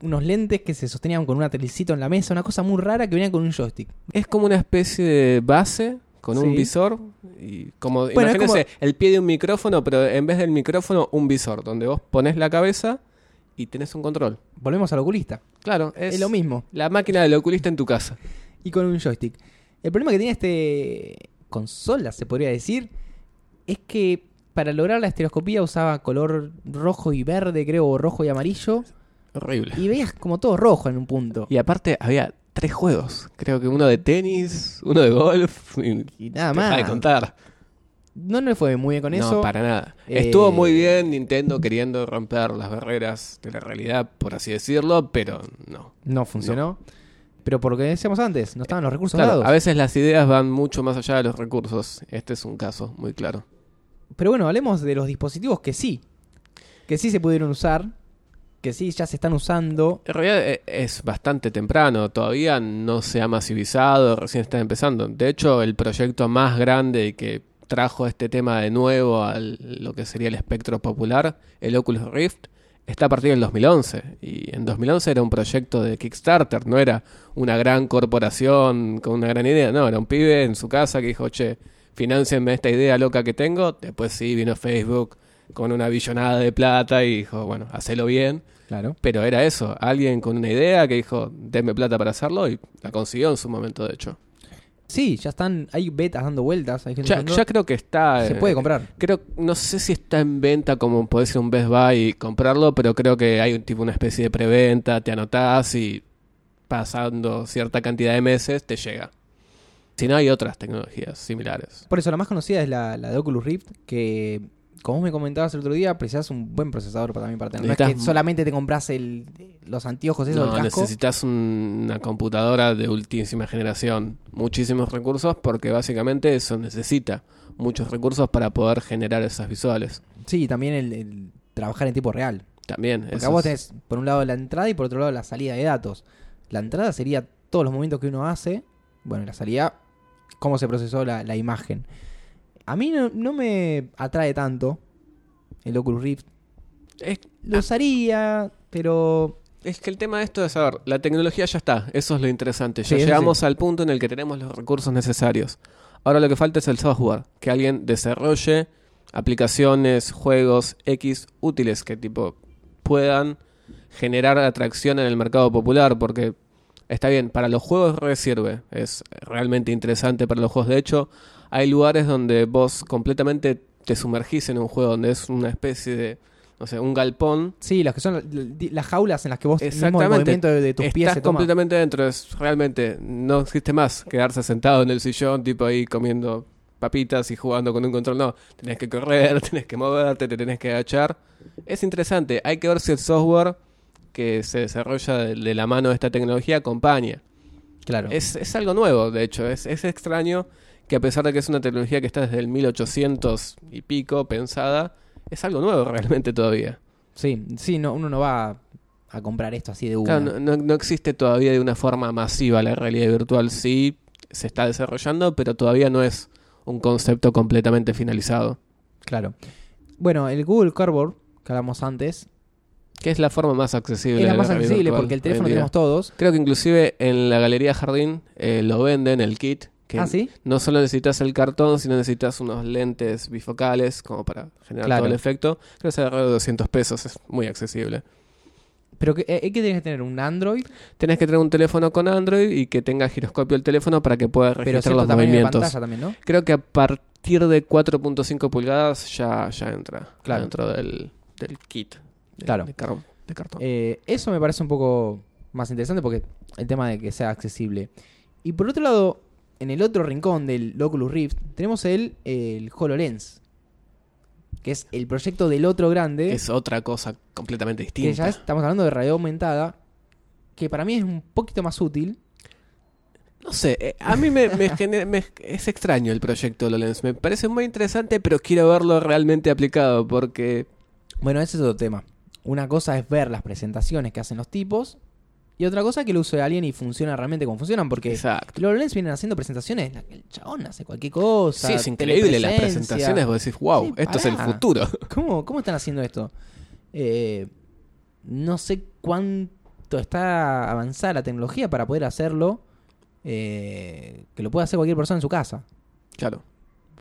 Speaker 1: unos lentes que se sostenían con un atericito en la mesa, una cosa muy rara que venía con un joystick.
Speaker 2: Es como una especie de base con un
Speaker 1: Sí.
Speaker 2: visor y como
Speaker 1: Bueno, es
Speaker 2: imagínense el pie de un micrófono, pero en vez del micrófono un visor donde vos pones la cabeza y tenés un control.
Speaker 1: Volvemos al oculista,
Speaker 2: Claro,
Speaker 1: es,
Speaker 2: es,
Speaker 1: lo mismo,
Speaker 2: La máquina del oculista en tu casa.
Speaker 1: y con un joystick. El problema que tiene este consola, se podría decir, es que para lograr la estereoscopía usaba color rojo y verde, creo, o rojo y amarillo,
Speaker 2: Horrible.
Speaker 1: y veías como todo rojo en un punto.
Speaker 2: Y aparte había tres juegos. Creo que uno de tenis, uno de golf y,
Speaker 1: Y nada
Speaker 2: deja de
Speaker 1: más.
Speaker 2: contar.
Speaker 1: No le fue muy bien con
Speaker 2: no,
Speaker 1: eso.
Speaker 2: para nada.
Speaker 1: eh,
Speaker 2: Estuvo muy bien Nintendo queriendo romper las barreras de la realidad, por así decirlo, pero no.
Speaker 1: No funcionó. Pero por lo que decíamos antes, no estaban los recursos
Speaker 2: Claro,
Speaker 1: dados.
Speaker 2: a veces las ideas van mucho más allá de los recursos. Este es un caso muy claro.
Speaker 1: Pero bueno, hablemos de los dispositivos que sí. Que sí se pudieron usar. Que sí ya se están usando.
Speaker 2: En realidad eh, es bastante temprano, todavía no se ha masivizado, recién está empezando. De hecho, el proyecto más grande y que trajo este tema de nuevo a lo que sería el espectro popular, el Oculus Rift, está a partir del 2011. Y en 2011 era un proyecto de Kickstarter, no era una gran corporación con una gran idea, no, era un pibe en su casa que dijo, che, financienme esta idea loca que tengo. Después sí, vino Facebook con una billonada de plata y dijo, bueno, hacelo bien.
Speaker 1: Claro.
Speaker 2: Pero era eso, alguien con una idea que dijo, denme plata para hacerlo y la consiguió en su momento, de hecho.
Speaker 1: Sí, ya están, hay betas dando vueltas. Hay gente
Speaker 2: Ya,
Speaker 1: usando.
Speaker 2: ya creo que está.
Speaker 1: se
Speaker 2: eh,
Speaker 1: puede comprar.
Speaker 2: Creo, no sé si está en venta como podés ir a un Best Buy y comprarlo, pero creo que hay un tipo una especie de preventa, te anotás y pasando cierta cantidad de meses te llega. Si no, hay otras tecnologías similares.
Speaker 1: Por eso, la más conocida es la, la de Oculus Rift, que como vos me comentabas el otro día, precisas un buen procesador para también para tener. No es que
Speaker 2: Necesitas-
Speaker 1: solamente te compras el, los anteojos, eso,
Speaker 2: No,
Speaker 1: el casco.
Speaker 2: necesitas un- una computadora de ultísima generación, muchísimos recursos, porque básicamente eso necesita muchos recursos para poder generar esas visuales.
Speaker 1: Sí, y también el, el trabajar en tiempo real.
Speaker 2: También.
Speaker 1: Porque
Speaker 2: eso
Speaker 1: vos
Speaker 2: es-
Speaker 1: tenés, por un lado, la entrada y por otro lado, la salida de datos. La entrada sería todos los movimientos que uno hace. Bueno, y la salida, cómo se procesó la, la imagen. A mí no, no me atrae tanto el Oculus Rift.
Speaker 2: es-
Speaker 1: Lo usaría, pero
Speaker 2: Es que el tema de esto es, a ver, la tecnología ya está, eso es lo interesante,
Speaker 1: Sí,
Speaker 2: ya
Speaker 1: eso
Speaker 2: llegamos al punto en el que tenemos los recursos necesarios. Ahora lo que falta es el software, que alguien desarrolle aplicaciones, juegos X útiles que tipo puedan generar atracción en el mercado popular, porque está bien, para los juegos re sirve, es realmente interesante para los juegos, de hecho, hay lugares donde vos completamente te sumergís en un juego, donde es una especie de, no sé, un galpón
Speaker 1: Sí, las que son la- las jaulas en las que vos mismo el
Speaker 2: Exactamente.
Speaker 1: movimiento de, de tus
Speaker 2: Estás
Speaker 1: pies se toma.
Speaker 2: completamente dentro. Es, realmente no existe más quedarse sentado en el sillón, tipo ahí comiendo papitas y jugando con un control. No, tenés que correr, tenés que moverte, te tenés que agachar. Es interesante. Hay que ver si el software que se desarrolla de, de la mano de esta tecnología acompaña.
Speaker 1: Claro.
Speaker 2: Es, es algo nuevo, de hecho. Es, es extraño que a pesar de que es una tecnología que está desde el 1800 y pico pensada, es algo nuevo realmente todavía.
Speaker 1: Sí, sí, no, uno no va a, a comprar esto así de una.
Speaker 2: Claro, no, no- no existe todavía de una forma masiva la realidad virtual. Sí, se está desarrollando, pero todavía no es un concepto completamente finalizado.
Speaker 1: Claro. Bueno, el Google Cardboard que hablamos antes
Speaker 2: Que es la forma más accesible.
Speaker 1: es la
Speaker 2: de
Speaker 1: más
Speaker 2: realidad
Speaker 1: accesible
Speaker 2: virtual
Speaker 1: porque el
Speaker 2: hoy en
Speaker 1: teléfono
Speaker 2: día.
Speaker 1: tenemos todos.
Speaker 2: Creo que inclusive en la Galería Jardín eh, lo venden, el kit. Que
Speaker 1: Ah, ¿sí?
Speaker 2: No solo necesitas el cartón, sino necesitas unos lentes bifocales como para generar
Speaker 1: Claro.
Speaker 2: todo el efecto. Creo que es alrededor de 200 pesos, es muy accesible.
Speaker 1: Pero que, eh, ¿qué tienes que tener? ¿Un Android?
Speaker 2: Tenés que tener un teléfono con Android y que tenga giroscopio el teléfono para que pueda
Speaker 1: Pero
Speaker 2: registrar
Speaker 1: cierto
Speaker 2: los
Speaker 1: tamaño de
Speaker 2: movimientos.
Speaker 1: pantalla también, ¿no?
Speaker 2: Creo que a partir de 4.5 pulgadas ya, ya entra
Speaker 1: Claro.
Speaker 2: dentro del, del kit. de-
Speaker 1: Claro.
Speaker 2: De, car- de cartón.
Speaker 1: Eh, eso me parece un poco más interesante porque el tema de que sea accesible. Y por otro lado, en el otro rincón del Oculus Rift tenemos el, el HoloLens. Que es el proyecto del otro grande.
Speaker 2: es otra cosa completamente
Speaker 1: que ya
Speaker 2: distinta.
Speaker 1: estamos hablando de realidad aumentada, que para mí es un poquito más útil.
Speaker 2: No sé, eh, a mí me, me gener- me- es extraño el proyecto HoloLens. Me parece muy interesante, pero quiero verlo realmente aplicado porque
Speaker 1: Bueno, ese es otro tema. Una cosa es ver las presentaciones que hacen los tipos y otra cosa que lo uso de alguien y funciona realmente como funcionan, porque
Speaker 2: Exacto.
Speaker 1: los Lens vienen haciendo presentaciones, el chabón hace cualquier cosa.
Speaker 2: sí, es increíble las
Speaker 1: telepresencia.
Speaker 2: presentaciones. Vos decís, wow,
Speaker 1: Sí,
Speaker 2: esto es el
Speaker 1: pará.
Speaker 2: futuro.
Speaker 1: ¿Cómo, cómo están haciendo esto? Eh, no sé cuánto está avanzada la tecnología para poder hacerlo, eh, que lo pueda hacer cualquier persona en su casa.
Speaker 2: Claro.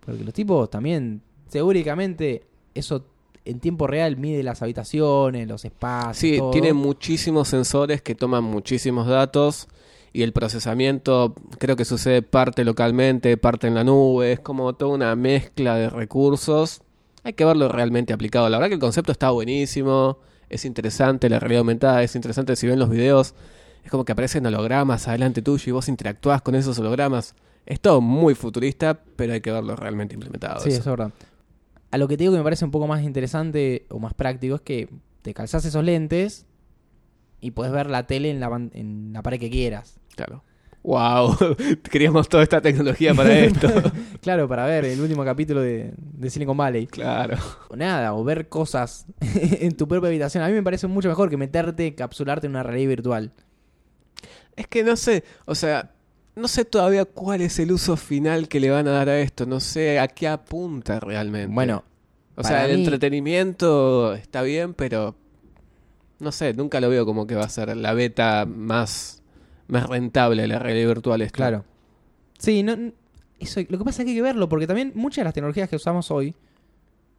Speaker 1: Porque los tipos también, seguramente, eso en tiempo real mide las habitaciones, los espacios.
Speaker 2: Sí,
Speaker 1: todo.
Speaker 2: tiene muchísimos sensores que toman muchísimos datos y el procesamiento creo que sucede parte localmente, parte en la nube, es como toda una mezcla de recursos. Hay que verlo realmente aplicado. La verdad que el concepto está buenísimo, es interesante, la realidad aumentada es interesante si ven los videos. Es como que aparecen hologramas adelante tuyo y vos interactuás con esos hologramas. Es todo muy futurista, pero hay que verlo realmente implementado.
Speaker 1: Sí, eso
Speaker 2: eso.
Speaker 1: es verdad. A lo que te digo que me parece un poco más interesante o más práctico es que te calzás esos lentes y puedes ver la tele en la, ban- en la pared que quieras.
Speaker 2: Claro. Wow, queríamos toda esta tecnología para esto.
Speaker 1: Claro, para ver el último capítulo de, de Silicon Valley.
Speaker 2: claro.
Speaker 1: O nada, o ver cosas en tu propia habitación. A mí me parece mucho mejor que meterte, capsularte en una realidad virtual.
Speaker 2: Es que no sé, o sea, no sé todavía cuál es el uso final que le van a dar a esto, no sé a qué apunta realmente.
Speaker 1: Bueno,
Speaker 2: o sea,
Speaker 1: para
Speaker 2: el
Speaker 1: mí-
Speaker 2: entretenimiento está bien, pero no sé, nunca lo veo como que va a ser la beta más, más rentable de la realidad virtual. esta.
Speaker 1: Claro. Sí, no, n- eso, lo que pasa es que hay que verlo, porque también muchas de las tecnologías que usamos hoy,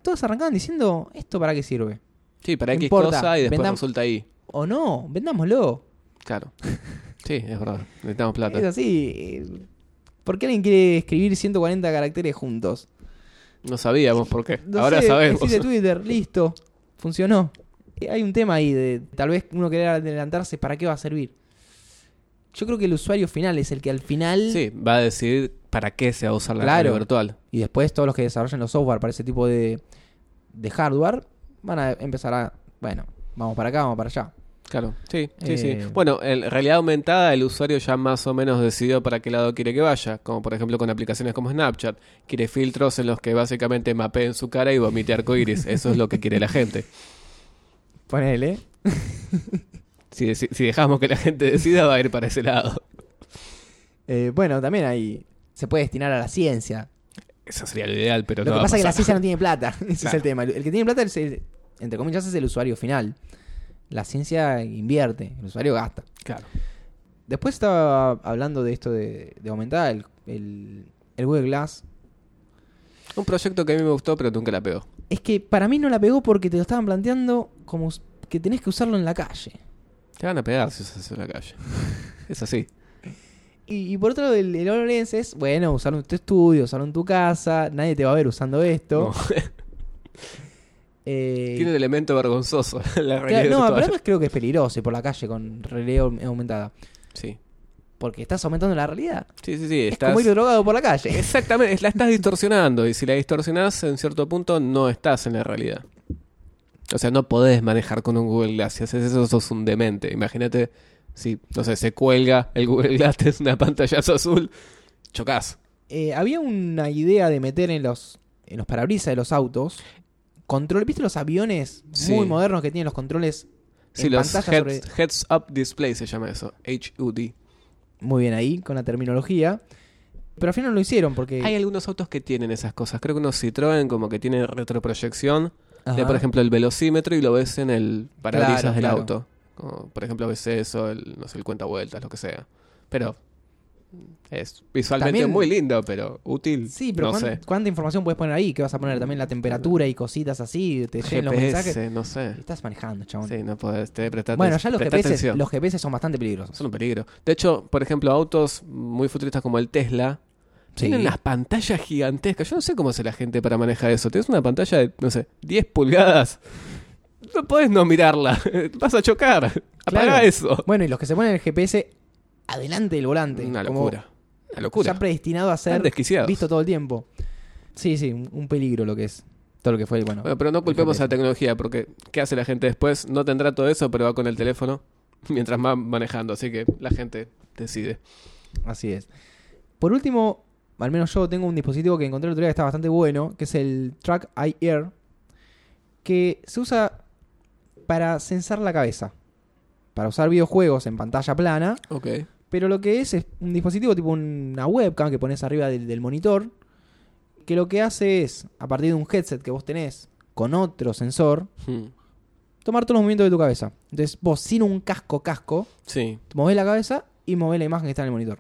Speaker 1: todas arrancaban diciendo, ¿esto para qué sirve?
Speaker 2: Sí, para
Speaker 1: No
Speaker 2: X
Speaker 1: importa,
Speaker 2: cosa y después
Speaker 1: vendam-
Speaker 2: resulta ahí.
Speaker 1: O no, vendámoslo.
Speaker 2: Claro. sí, es verdad, necesitamos
Speaker 1: Es
Speaker 2: plata.
Speaker 1: así. eh, ¿Por qué alguien quiere escribir 140 caracteres juntos?
Speaker 2: No sabíamos por qué.
Speaker 1: No
Speaker 2: Ahora
Speaker 1: sé,
Speaker 2: sabemos.
Speaker 1: existe Twitter, listo. Funcionó. Y Hay un tema ahí de tal vez uno querer adelantarse, ¿para qué va a servir? Yo creo que el usuario final es el que al final.
Speaker 2: Sí, va a decidir para qué se va a usar la
Speaker 1: Claro.
Speaker 2: realidad virtual.
Speaker 1: Y después todos los que desarrollan los software para ese tipo de, de hardware van a empezar a. Bueno, vamos para acá, vamos para allá.
Speaker 2: Claro, sí, sí,
Speaker 1: Eh.
Speaker 2: sí. Bueno, en realidad aumentada el usuario ya más o menos decidió para qué lado quiere que vaya, como por ejemplo con aplicaciones como Snapchat. Quiere filtros en los que básicamente mapeen su cara y vomite arcoiris. Eso es lo que quiere la gente.
Speaker 1: Ponele.
Speaker 2: Si, deci- si dejamos que la gente decida, va a ir para ese lado.
Speaker 1: Eh, bueno, también ahí se puede destinar a la ciencia.
Speaker 2: Eso sería lo ideal, pero
Speaker 1: Lo
Speaker 2: no
Speaker 1: que
Speaker 2: va a
Speaker 1: pasa es que la
Speaker 2: pasar.
Speaker 1: ciencia no tiene plata. Ese es
Speaker 2: Claro.
Speaker 1: el tema. El que tiene plata es el, entre comillas, es el usuario final. La ciencia invierte, el usuario gasta.
Speaker 2: Claro.
Speaker 1: Después estaba hablando de esto de, de aumentar el, el, el Google Glass.
Speaker 2: Un proyecto que a mí me gustó, pero nunca la pegó.
Speaker 1: Es que para mí no la pegó porque te lo estaban planteando como us- que tenés que usarlo en la calle.
Speaker 2: Te van a pegar si usas eso en la calle. Es así.
Speaker 1: Y, y por otro lado, el, el HoloLens es, bueno, usarlo en tu estudio, usarlo en tu casa, nadie te va a ver usando esto.
Speaker 2: No.
Speaker 1: Eh,
Speaker 2: Tiene un elemento vergonzoso la realidad
Speaker 1: claro, no, pero
Speaker 2: virtual.
Speaker 1: además creo que es peligroso ir por la calle con realidad aum- aumentada.
Speaker 2: Sí.
Speaker 1: Porque estás aumentando la realidad.
Speaker 2: Sí, sí, sí.
Speaker 1: Es
Speaker 2: Estás...
Speaker 1: como ir drogado por la calle.
Speaker 2: Exactamente, la estás distorsionando y si la distorsionás en cierto punto no estás en la realidad. O sea, no podés manejar con un Google Glass. Si haces eso, sos un demente. Imagínate si, no sé, se cuelga el Google Glass, es una pantallazo azul, chocas
Speaker 1: Eh, había una idea de meter en los, en los parabrisas de los autos control. ¿Viste los aviones
Speaker 2: Sí.
Speaker 1: muy modernos que tienen los controles?
Speaker 2: Sí,
Speaker 1: En
Speaker 2: los
Speaker 1: pantalla
Speaker 2: heads, heads up display se llama eso. HUD.
Speaker 1: Muy bien ahí, con la terminología. Pero al final no lo hicieron porque.
Speaker 2: Hay algunos autos que tienen esas cosas. Creo que unos Citroën como que tienen retroproyección.
Speaker 1: Ajá.
Speaker 2: de, por ejemplo, el velocímetro y lo ves en el parabrisas
Speaker 1: Claro,
Speaker 2: del
Speaker 1: claro.
Speaker 2: auto. Como, por ejemplo, ves eso, el, no sé, el cuenta vueltas, lo que sea. Pero es visualmente
Speaker 1: También-
Speaker 2: muy lindo, pero útil.
Speaker 1: Sí, pero
Speaker 2: no
Speaker 1: ¿cuán-
Speaker 2: sé.
Speaker 1: ¿cuánta información puedes poner ahí? ¿Qué vas a poner también la temperatura y cositas así? Te llegan los mensajes.
Speaker 2: GPS, no sé.
Speaker 1: Estás manejando, chabón.
Speaker 2: Sí, no podés, te prestar
Speaker 1: bueno, ya los
Speaker 2: prestar
Speaker 1: GPS,
Speaker 2: atención.
Speaker 1: los GPS son bastante peligrosos.
Speaker 2: Son un peligro. De hecho, por ejemplo, autos muy futuristas como el Tesla tienen
Speaker 1: Sí.
Speaker 2: unas pantallas gigantescas. Yo no sé cómo hace la gente para manejar eso. Tienes una pantalla de, no sé, 10 pulgadas. No podés no mirarla. Vas a chocar. Apaga
Speaker 1: Claro.
Speaker 2: eso.
Speaker 1: Bueno, y los que se ponen el GPS adelante del volante.
Speaker 2: Una
Speaker 1: como
Speaker 2: locura. Una locura.
Speaker 1: Ya predestinado a
Speaker 2: Están
Speaker 1: ser
Speaker 2: desquiciados.
Speaker 1: visto todo el tiempo. Sí, sí, un un peligro lo que es. Todo lo que fue, bueno.
Speaker 2: Bueno, pero no culpemos a
Speaker 1: el
Speaker 2: la tecnología, porque ¿qué hace la gente después? No tendrá todo eso, pero va con el teléfono mientras va manejando. Así que la gente decide.
Speaker 1: Así es. Por último, al menos yo tengo un dispositivo que encontré el otro día que está bastante bueno, que es el Track Eye Air, que se usa para censar la cabeza. Para usar videojuegos en pantalla plana.
Speaker 2: Ok.
Speaker 1: Pero lo que es es un dispositivo tipo una webcam que pones arriba del, del monitor, que lo que hace es, a partir de un headset que vos tenés con otro sensor,
Speaker 2: Hmm.
Speaker 1: tomar todos los movimientos de tu cabeza. Entonces vos sin un casco casco,
Speaker 2: Sí.
Speaker 1: movés la cabeza y movés la imagen que está en el monitor.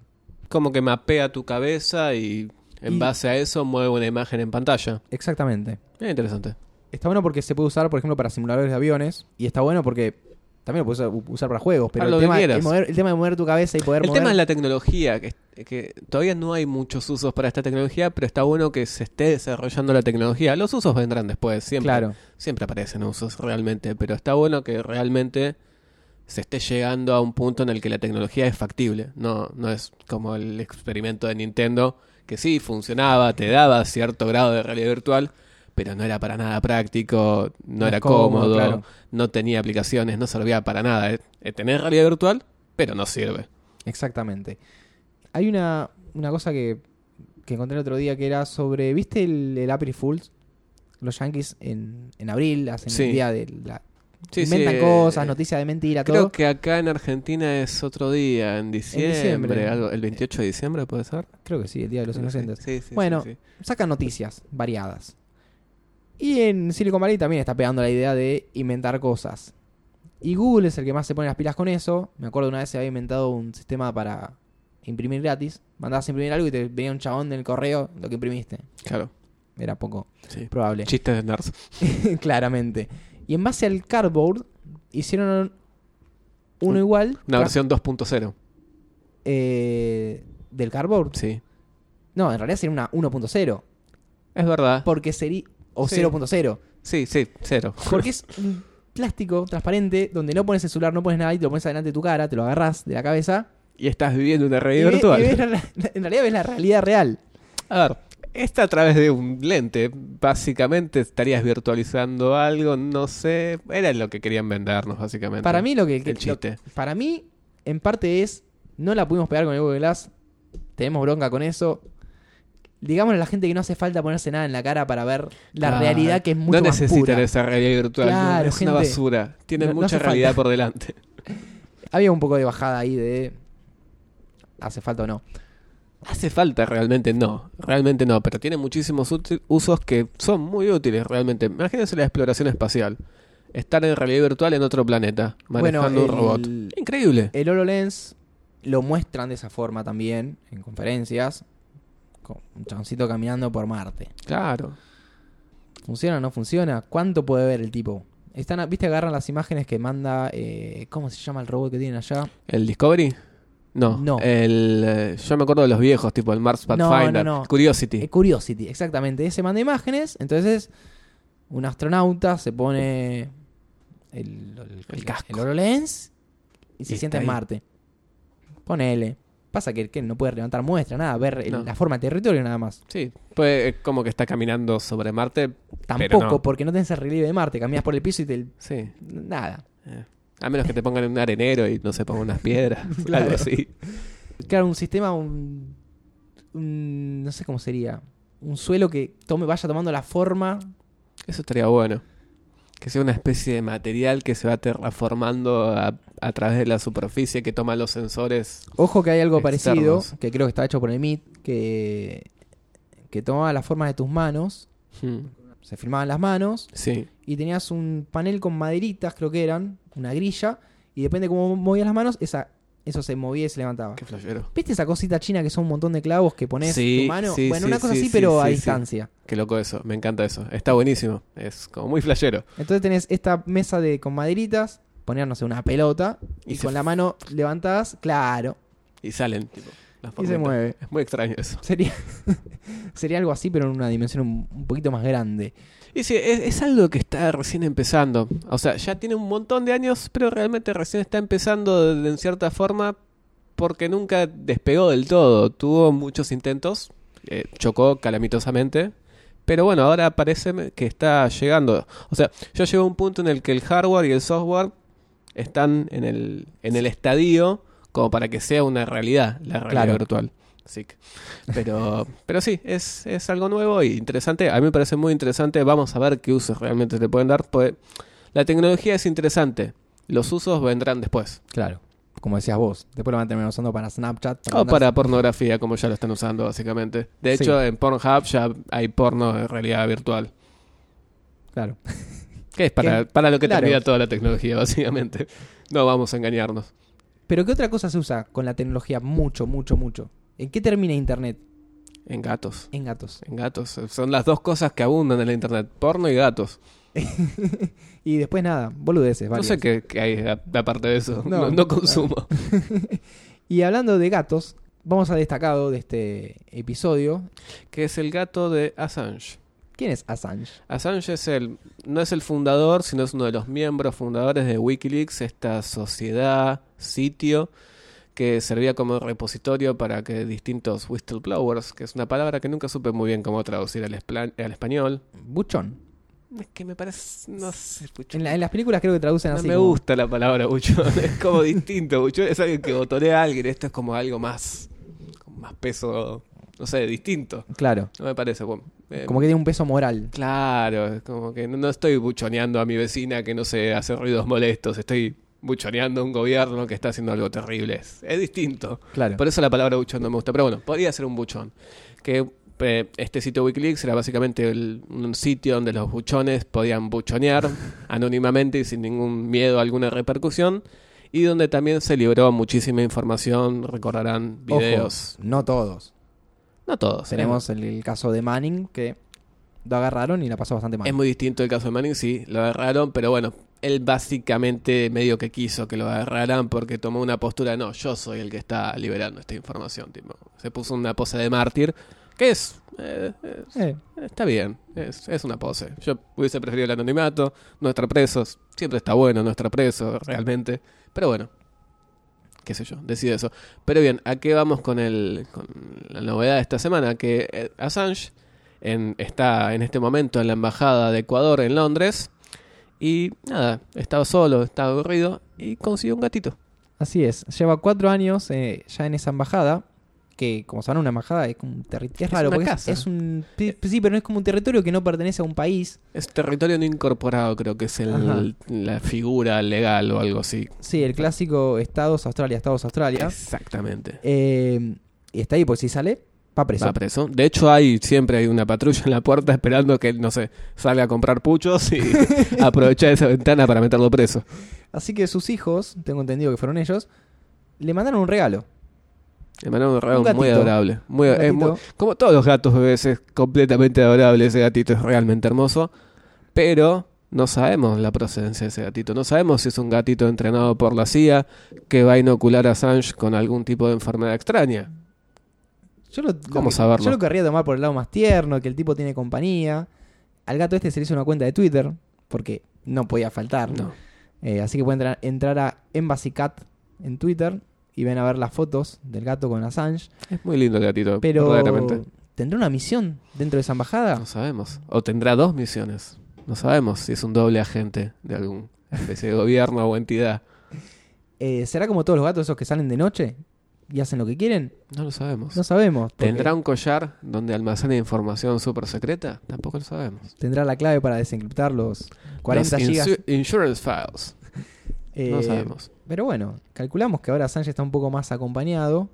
Speaker 2: Como que mapea tu cabeza y en
Speaker 1: Y-
Speaker 2: base a eso mueve una imagen en pantalla.
Speaker 1: Exactamente.
Speaker 2: Es interesante.
Speaker 1: Está bueno porque se puede usar, por ejemplo, para simuladores de aviones. Y está bueno porque también lo puedes u- usar para juegos. Pero
Speaker 2: Para Ah, lo
Speaker 1: el,
Speaker 2: que
Speaker 1: tema,
Speaker 2: quieras.
Speaker 1: el, mover- el tema de mover tu cabeza y poder
Speaker 2: El
Speaker 1: mover-
Speaker 2: tema es la tecnología, que, que todavía no hay muchos usos para esta tecnología, pero está bueno que se esté desarrollando la tecnología. Los usos vendrán después, siempre.
Speaker 1: Claro.
Speaker 2: Siempre aparecen usos realmente, pero está bueno que realmente se esté llegando a un punto en el que la tecnología es factible. No, no es como el experimento de Nintendo, que sí, funcionaba, te daba cierto grado de realidad virtual, pero no era para nada práctico, no,
Speaker 1: No
Speaker 2: era
Speaker 1: es cómodo,
Speaker 2: cómodo,
Speaker 1: claro.
Speaker 2: no tenía aplicaciones, no servía para nada. Es- es tener realidad virtual, pero no sirve.
Speaker 1: Exactamente. Hay una, una cosa que, que encontré el otro día que era sobre. ¿Viste el, el April Fools? Los Yankees en, en abril hacen
Speaker 2: Sí.
Speaker 1: el día de la.
Speaker 2: Sí, sí,
Speaker 1: inventan
Speaker 2: eh,
Speaker 1: cosas, noticias de mentira,
Speaker 2: Creo
Speaker 1: todo.
Speaker 2: que acá en Argentina es otro día, en diciembre,
Speaker 1: diciembre.
Speaker 2: algo- el 28 de diciembre puede ser.
Speaker 1: Creo que sí, el día de los inocentes.
Speaker 2: Sí, sí, sí,
Speaker 1: Bueno,
Speaker 2: sí.
Speaker 1: sacan noticias variadas. Y en Silicon Valley también está pegando la idea de inventar cosas. Y Google es el que más se pone las pilas con eso. Me acuerdo una vez se había inventado un sistema para imprimir gratis. Mandabas a imprimir algo y te venía un chabón del correo lo que imprimiste.
Speaker 2: Claro,
Speaker 1: Era poco
Speaker 2: sí.
Speaker 1: probable.
Speaker 2: Chistes de nerds.
Speaker 1: Claramente. Y en base al cardboard hicieron uno igual.
Speaker 2: Una
Speaker 1: tra-
Speaker 2: versión 2.0.
Speaker 1: eh, del cardboard.
Speaker 2: Sí.
Speaker 1: No, en realidad sería una 1.0.
Speaker 2: Es verdad.
Speaker 1: Porque sería. O
Speaker 2: Sí.
Speaker 1: 0.0.
Speaker 2: Sí, sí, cero.
Speaker 1: Porque es un plástico transparente donde no pones el celular, no pones nada y te lo pones adelante de tu cara, te lo agarras de la cabeza.
Speaker 2: Y estás viviendo una
Speaker 1: y
Speaker 2: realidad
Speaker 1: ve- y
Speaker 2: virtual.
Speaker 1: ves la- la- en realidad ves la realidad real.
Speaker 2: A ver, está a través de un lente. Básicamente estarías virtualizando algo, no sé. Era lo que querían vendernos, básicamente.
Speaker 1: Para mí lo que...
Speaker 2: El chiste.
Speaker 1: lo- para mí, en parte es, no la pudimos pegar con el Google Glass, tenemos bronca con eso. Digámosle a la gente que no hace falta ponerse nada en la cara para ver la
Speaker 2: Ah,
Speaker 1: realidad que es mucho
Speaker 2: No
Speaker 1: más
Speaker 2: necesitan
Speaker 1: pura.
Speaker 2: esa realidad virtual.
Speaker 1: Claro,
Speaker 2: es una
Speaker 1: gente.
Speaker 2: basura. Tienen
Speaker 1: No- no
Speaker 2: mucha
Speaker 1: hace
Speaker 2: realidad
Speaker 1: falta.
Speaker 2: por delante.
Speaker 1: Había un poco de bajada ahí de... ¿Hace falta o no?
Speaker 2: Hace falta, realmente no. Realmente no. Pero tiene muchísimos útil- usos que son muy útiles, realmente. Imagínense la exploración espacial. Estar en realidad virtual en otro planeta,
Speaker 1: Bueno,
Speaker 2: manejando
Speaker 1: el- eh,
Speaker 2: un robot. Increíble.
Speaker 1: El HoloLens lo muestran de esa forma también en conferencias. Con un chaboncito caminando por Marte.
Speaker 2: Claro.
Speaker 1: ¿Funciona o no funciona? ¿Cuánto puede ver el tipo? Están, a- ¿Viste? Agarran las imágenes que manda. eh, ¿Cómo se llama el robot que tienen allá?
Speaker 2: ¿El Discovery? No.
Speaker 1: No.
Speaker 2: El, eh, yo me acuerdo de los viejos, tipo el Mars
Speaker 1: No,
Speaker 2: Pathfinder.
Speaker 1: no, no.
Speaker 2: Curiosity.
Speaker 1: Eh, Curiosity, exactamente. Ese manda imágenes. Entonces, un astronauta se pone el, el,
Speaker 2: El casco.
Speaker 1: el HoloLens y se
Speaker 2: Y
Speaker 1: sienta
Speaker 2: está
Speaker 1: en
Speaker 2: ahí.
Speaker 1: Marte. Ponele. Pasa que, que no puede levantar muestra, nada, ver el-
Speaker 2: No.
Speaker 1: la forma de territorio nada más.
Speaker 2: Sí. Pues eh, como que está caminando sobre Marte.
Speaker 1: Tampoco,
Speaker 2: no.
Speaker 1: porque no tenés el relieve de Marte. Caminas por el piso y te.
Speaker 2: Sí.
Speaker 1: Nada.
Speaker 2: Eh, A menos que te pongan en un arenero y no se pongan unas piedras.
Speaker 1: Claro.
Speaker 2: Algo así.
Speaker 1: Claro, un sistema. Un, un- no sé cómo sería. Un suelo que tome, vaya tomando la forma.
Speaker 2: Eso estaría bueno. Que sea una especie de material que se va terraformando a, a través de la superficie que toma los sensores.
Speaker 1: Ojo que hay algo parecido,
Speaker 2: Externos.
Speaker 1: que creo que está hecho por el MIT, que, que tomaba la forma de tus manos.
Speaker 2: Hmm.
Speaker 1: Se filmaban las manos
Speaker 2: Sí.
Speaker 1: y tenías un panel con maderitas, creo que eran, una grilla, y depende cómo movías las manos, esa, eso se movía y se levantaba.
Speaker 2: Qué flashero.
Speaker 1: ¿Viste esa cosita china que son un montón de clavos que pones
Speaker 2: Sí,
Speaker 1: tu mano?
Speaker 2: sí,
Speaker 1: bueno,
Speaker 2: sí,
Speaker 1: una cosa
Speaker 2: sí,
Speaker 1: así,
Speaker 2: sí,
Speaker 1: pero a
Speaker 2: sí, sí.
Speaker 1: distancia.
Speaker 2: Qué loco eso. Me encanta eso. Está buenísimo. Es como muy flashero.
Speaker 1: Entonces tenés esta mesa de con maderitas, poner, no sé, una pelota,
Speaker 2: Y
Speaker 1: y,
Speaker 2: se
Speaker 1: con la mano levantadas, claro,
Speaker 2: Y salen. tipo, las
Speaker 1: y se
Speaker 2: formitas.
Speaker 1: mueve.
Speaker 2: Es muy extraño eso.
Speaker 1: Sería, sería algo así, pero en una dimensión un, un poquito más grande.
Speaker 2: Y sí, es, es algo que está recién empezando. O sea, ya tiene un montón de años, pero realmente recién está empezando de- de- en cierta forma porque nunca despegó del todo. Tuvo muchos intentos, eh, chocó calamitosamente. Pero bueno, ahora parece me- que está llegando. O sea, ya llegó un punto en el que el hardware y el software están en el, en el estadio como para que sea una realidad, la realidad
Speaker 1: Claro.
Speaker 2: virtual. Así que- Pero, pero sí, es, es algo nuevo y interesante. A mí me parece muy interesante. Vamos a ver qué usos realmente le pueden dar. Pues, la tecnología es interesante. Los usos vendrán después.
Speaker 1: Claro. Como decías vos, después lo van a terminar usando para Snapchat.
Speaker 2: O
Speaker 1: mandar-
Speaker 2: Oh, para pornografía, como ya lo están usando, básicamente. De
Speaker 1: Sí.
Speaker 2: hecho, en Pornhub ya hay porno en realidad virtual.
Speaker 1: Claro.
Speaker 2: Que es para, para lo que te
Speaker 1: Claro.
Speaker 2: termina toda la tecnología, básicamente. No vamos a engañarnos.
Speaker 1: Pero ¿qué otra cosa se usa con la tecnología mucho, mucho, mucho? ¿En qué termina Internet?
Speaker 2: En gatos.
Speaker 1: En gatos.
Speaker 2: En gatos. Son las dos cosas que abundan en la internet. Porno y gatos.
Speaker 1: Y después nada, boludeces,
Speaker 2: No
Speaker 1: varias.
Speaker 2: sé qué, qué hay a- aparte de eso.
Speaker 1: No,
Speaker 2: No, no
Speaker 1: claro.
Speaker 2: consumo.
Speaker 1: Y hablando de gatos, vamos a destacado de este episodio.
Speaker 2: que es el gato de Assange.
Speaker 1: ¿Quién es Assange?
Speaker 2: Assange es el, no es el fundador, sino es uno de los miembros fundadores de Wikileaks, esta sociedad, sitio, que servía como repositorio para que distintos whistleblowers, que es una palabra que nunca supe muy bien cómo traducir al, espla- al español.
Speaker 1: Buchón.
Speaker 2: Es que me parece, no sé, pucho.
Speaker 1: En, la- en las películas creo que traducen
Speaker 2: No
Speaker 1: así.
Speaker 2: me
Speaker 1: como-
Speaker 2: gusta la palabra buchón, es como distinto. Buchón es alguien que botonea a alguien, esto es como algo más, con más peso, no sé, distinto.
Speaker 1: Claro.
Speaker 2: No me parece. bueno, eh,
Speaker 1: Como que tiene un peso moral.
Speaker 2: Claro, es como que no, no estoy buchoneando a mi vecina que no se hace ruidos molestos, estoy buchoneando a un gobierno que está haciendo algo terrible. Es, es distinto.
Speaker 1: Claro.
Speaker 2: Por eso la palabra buchón no me gusta, pero bueno, podría ser un buchón. Que eh, este sitio Wikileaks era básicamente el- un sitio donde los buchones podían buchonear anónimamente y sin ningún miedo a alguna repercusión. Y donde también se libró muchísima información, recordarán
Speaker 1: Ojo,
Speaker 2: videos.
Speaker 1: no todos.
Speaker 2: No todos. ¿eh?
Speaker 1: Tenemos el, el caso de Manning que lo agarraron y la pasó bastante mal.
Speaker 2: Es muy distinto el caso de Manning, sí, lo agarraron, pero bueno, él básicamente medio que quiso que lo agarraran porque tomó una postura, no, yo soy el que está liberando esta información, tipo, se puso una pose de mártir, Que es? eh, es-
Speaker 1: Eh,
Speaker 2: está bien, es, es una pose. Yo hubiese preferido el anonimato, no estar presos. Siempre está bueno no estar preso, realmente. Pero bueno, qué sé yo, decide eso. Pero bien, ¿a qué vamos con, el, con la novedad de esta semana? Que eh, Assange en- está en este momento en la embajada de Ecuador en Londres. Y nada, estaba solo, estaba aburrido y consiguió un gatito.
Speaker 1: así es. Lleva cuatro años eh, ya en esa embajada. Que, como saben, una embajada es como un territorio. Es,
Speaker 2: Es
Speaker 1: raro,
Speaker 2: una
Speaker 1: porque es-
Speaker 2: casa.
Speaker 1: Es, un. pi- Sí, pero no es como un territorio que no pertenece a un país.
Speaker 2: Es territorio no incorporado, creo que es
Speaker 1: Ajá.
Speaker 2: el, la figura legal o algo así.
Speaker 1: Sí, el clásico Estados Australia, Estados Australia.
Speaker 2: Exactamente.
Speaker 1: Eh, y está ahí, pues si sale, va preso.
Speaker 2: Va preso. De hecho, hay siempre hay una patrulla en la puerta esperando que, no sé, salga a comprar puchos y aprovechar esa ventana para meterlo preso.
Speaker 1: Así que sus hijos, tengo entendido que fueron ellos, le mandaron un regalo.
Speaker 2: Le mandaron un regalo
Speaker 1: Un
Speaker 2: muy
Speaker 1: gatito.
Speaker 2: adorable. Muy,
Speaker 1: Un
Speaker 2: es
Speaker 1: gatito.
Speaker 2: muy- como todos los gatos bebés, es completamente adorable ese gatito, es realmente hermoso. Pero no sabemos la procedencia de ese gatito. No sabemos si es un gatito entrenado por la CIA que va a inocular a Assange con algún tipo de enfermedad extraña.
Speaker 1: Yo lo,
Speaker 2: ¿Cómo
Speaker 1: lo-
Speaker 2: saberlo?
Speaker 1: Yo lo querría tomar por el lado más tierno, que el tipo tiene compañía. Al gato este se le hizo una cuenta de Twitter, porque no podía faltar.
Speaker 2: No.
Speaker 1: Eh, así que pueden entrar, entrar a EmbassyCat en Twitter y ven a ver las fotos del gato con Assange.
Speaker 2: Es muy lindo el gatito,
Speaker 1: Pero
Speaker 2: verdaderamente.
Speaker 1: ¿tendrá una misión dentro de esa embajada?
Speaker 2: No sabemos. O tendrá dos misiones. No sabemos si es un doble agente de algún especie de gobierno o entidad.
Speaker 1: Eh, ¿Será como todos los gatos esos que salen de noche y hacen lo que quieren?
Speaker 2: No lo sabemos.
Speaker 1: No sabemos. porque
Speaker 2: ¿Tendrá un collar donde almacena información súper secreta? Tampoco lo sabemos.
Speaker 1: tendrá la clave para desencriptar los 40
Speaker 2: Los
Speaker 1: gigas.
Speaker 2: insu- Insurance files. no
Speaker 1: Eh,
Speaker 2: sabemos.
Speaker 1: Pero bueno, calculamos que ahora Assange está un poco más acompañado.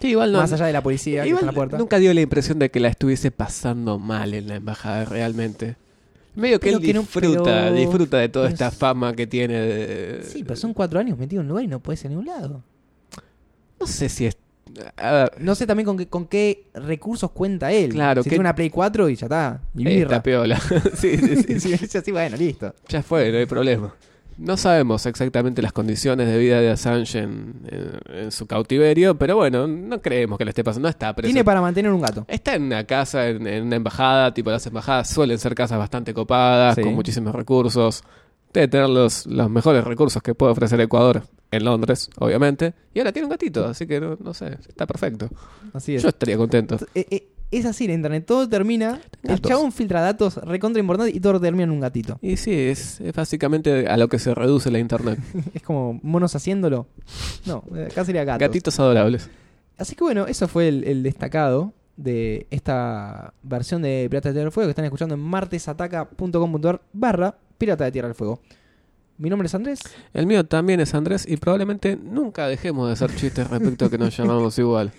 Speaker 2: Sí, igual no.
Speaker 1: más allá de la policía que
Speaker 2: igual
Speaker 1: está en la puerta.
Speaker 2: Nunca dio la impresión de que la estuviese pasando mal en la embajada realmente. Medio que
Speaker 1: Pero
Speaker 2: él
Speaker 1: que no-
Speaker 2: disfruta,
Speaker 1: pero-
Speaker 2: disfruta de toda
Speaker 1: pero
Speaker 2: esta
Speaker 1: es-
Speaker 2: fama que tiene. de-
Speaker 1: Sí, pues. pero son cuatro años metido en un lugar y no puedes ir a ningún lado.
Speaker 2: No sé si es. A ver,
Speaker 1: No sé también con qué, con qué recursos cuenta él.
Speaker 2: Claro,
Speaker 1: si
Speaker 2: que-
Speaker 1: tiene una Play 4 y ya está. Y
Speaker 2: eh,
Speaker 1: birra.
Speaker 2: está piola. sí, sí, sí, sí.
Speaker 1: Sí, sí, sí, bueno, listo.
Speaker 2: Ya fue, no hay problema. No sabemos exactamente las condiciones de vida de Assange en, en- en su cautiverio, pero bueno, no creemos que le esté pasando. No está preso.
Speaker 1: Tiene para mantener un gato.
Speaker 2: Está en una casa, en, en una embajada, tipo las embajadas suelen ser casas bastante copadas,
Speaker 1: Sí.
Speaker 2: con muchísimos recursos. Debe tener los, los mejores recursos que puede ofrecer Ecuador en Londres, obviamente. Y ahora tiene un gatito, así que no, no sé, está perfecto.
Speaker 1: Así es.
Speaker 2: Yo estaría contento.
Speaker 1: Eh, eh, es así, la internet todo termina. El
Speaker 2: Gatos.
Speaker 1: chabón filtra datos recontra importante y todo termina en un gatito.
Speaker 2: Y sí, es, es básicamente a lo que se reduce la internet.
Speaker 1: Es como monos haciéndolo. No, eh, acá sería gatos.
Speaker 2: Gatitos adorables.
Speaker 1: Así que bueno, eso fue el, el destacado de esta versión de Pirata de Tierra del Fuego que están escuchando en martesataca.com.ar barra Pirata de Tierra del Fuego. Mi nombre es Andrés.
Speaker 2: El mío también es Andrés y probablemente nunca dejemos de hacer chistes respecto a que nos llamamos igual.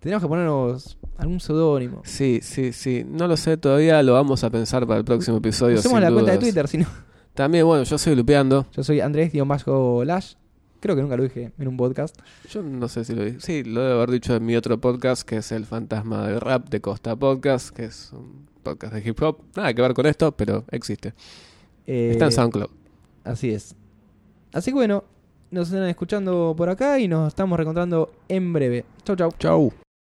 Speaker 1: Tenemos que ponernos algún seudónimo.
Speaker 2: Sí, sí, sí. No lo sé todavía, lo vamos a pensar para el próximo episodio.
Speaker 1: Usemos
Speaker 2: sin
Speaker 1: la cuenta de
Speaker 2: dudas.
Speaker 1: Twitter, si no.
Speaker 2: También, bueno, yo soy Lupeando.
Speaker 1: Yo soy Andrés-Lash. Creo que nunca lo dije en un podcast.
Speaker 2: Yo no sé si lo dije. Sí, lo debo haber dicho en mi otro podcast, que es El Fantasma del Rap de Costa Podcast, que es un podcast de hip hop. Nada que ver con esto, pero existe.
Speaker 1: Eh,
Speaker 2: Está en SoundCloud.
Speaker 1: Así es. Así que bueno, nos están escuchando por acá y nos estamos reencontrando en breve. Chau, chau.
Speaker 2: Chau.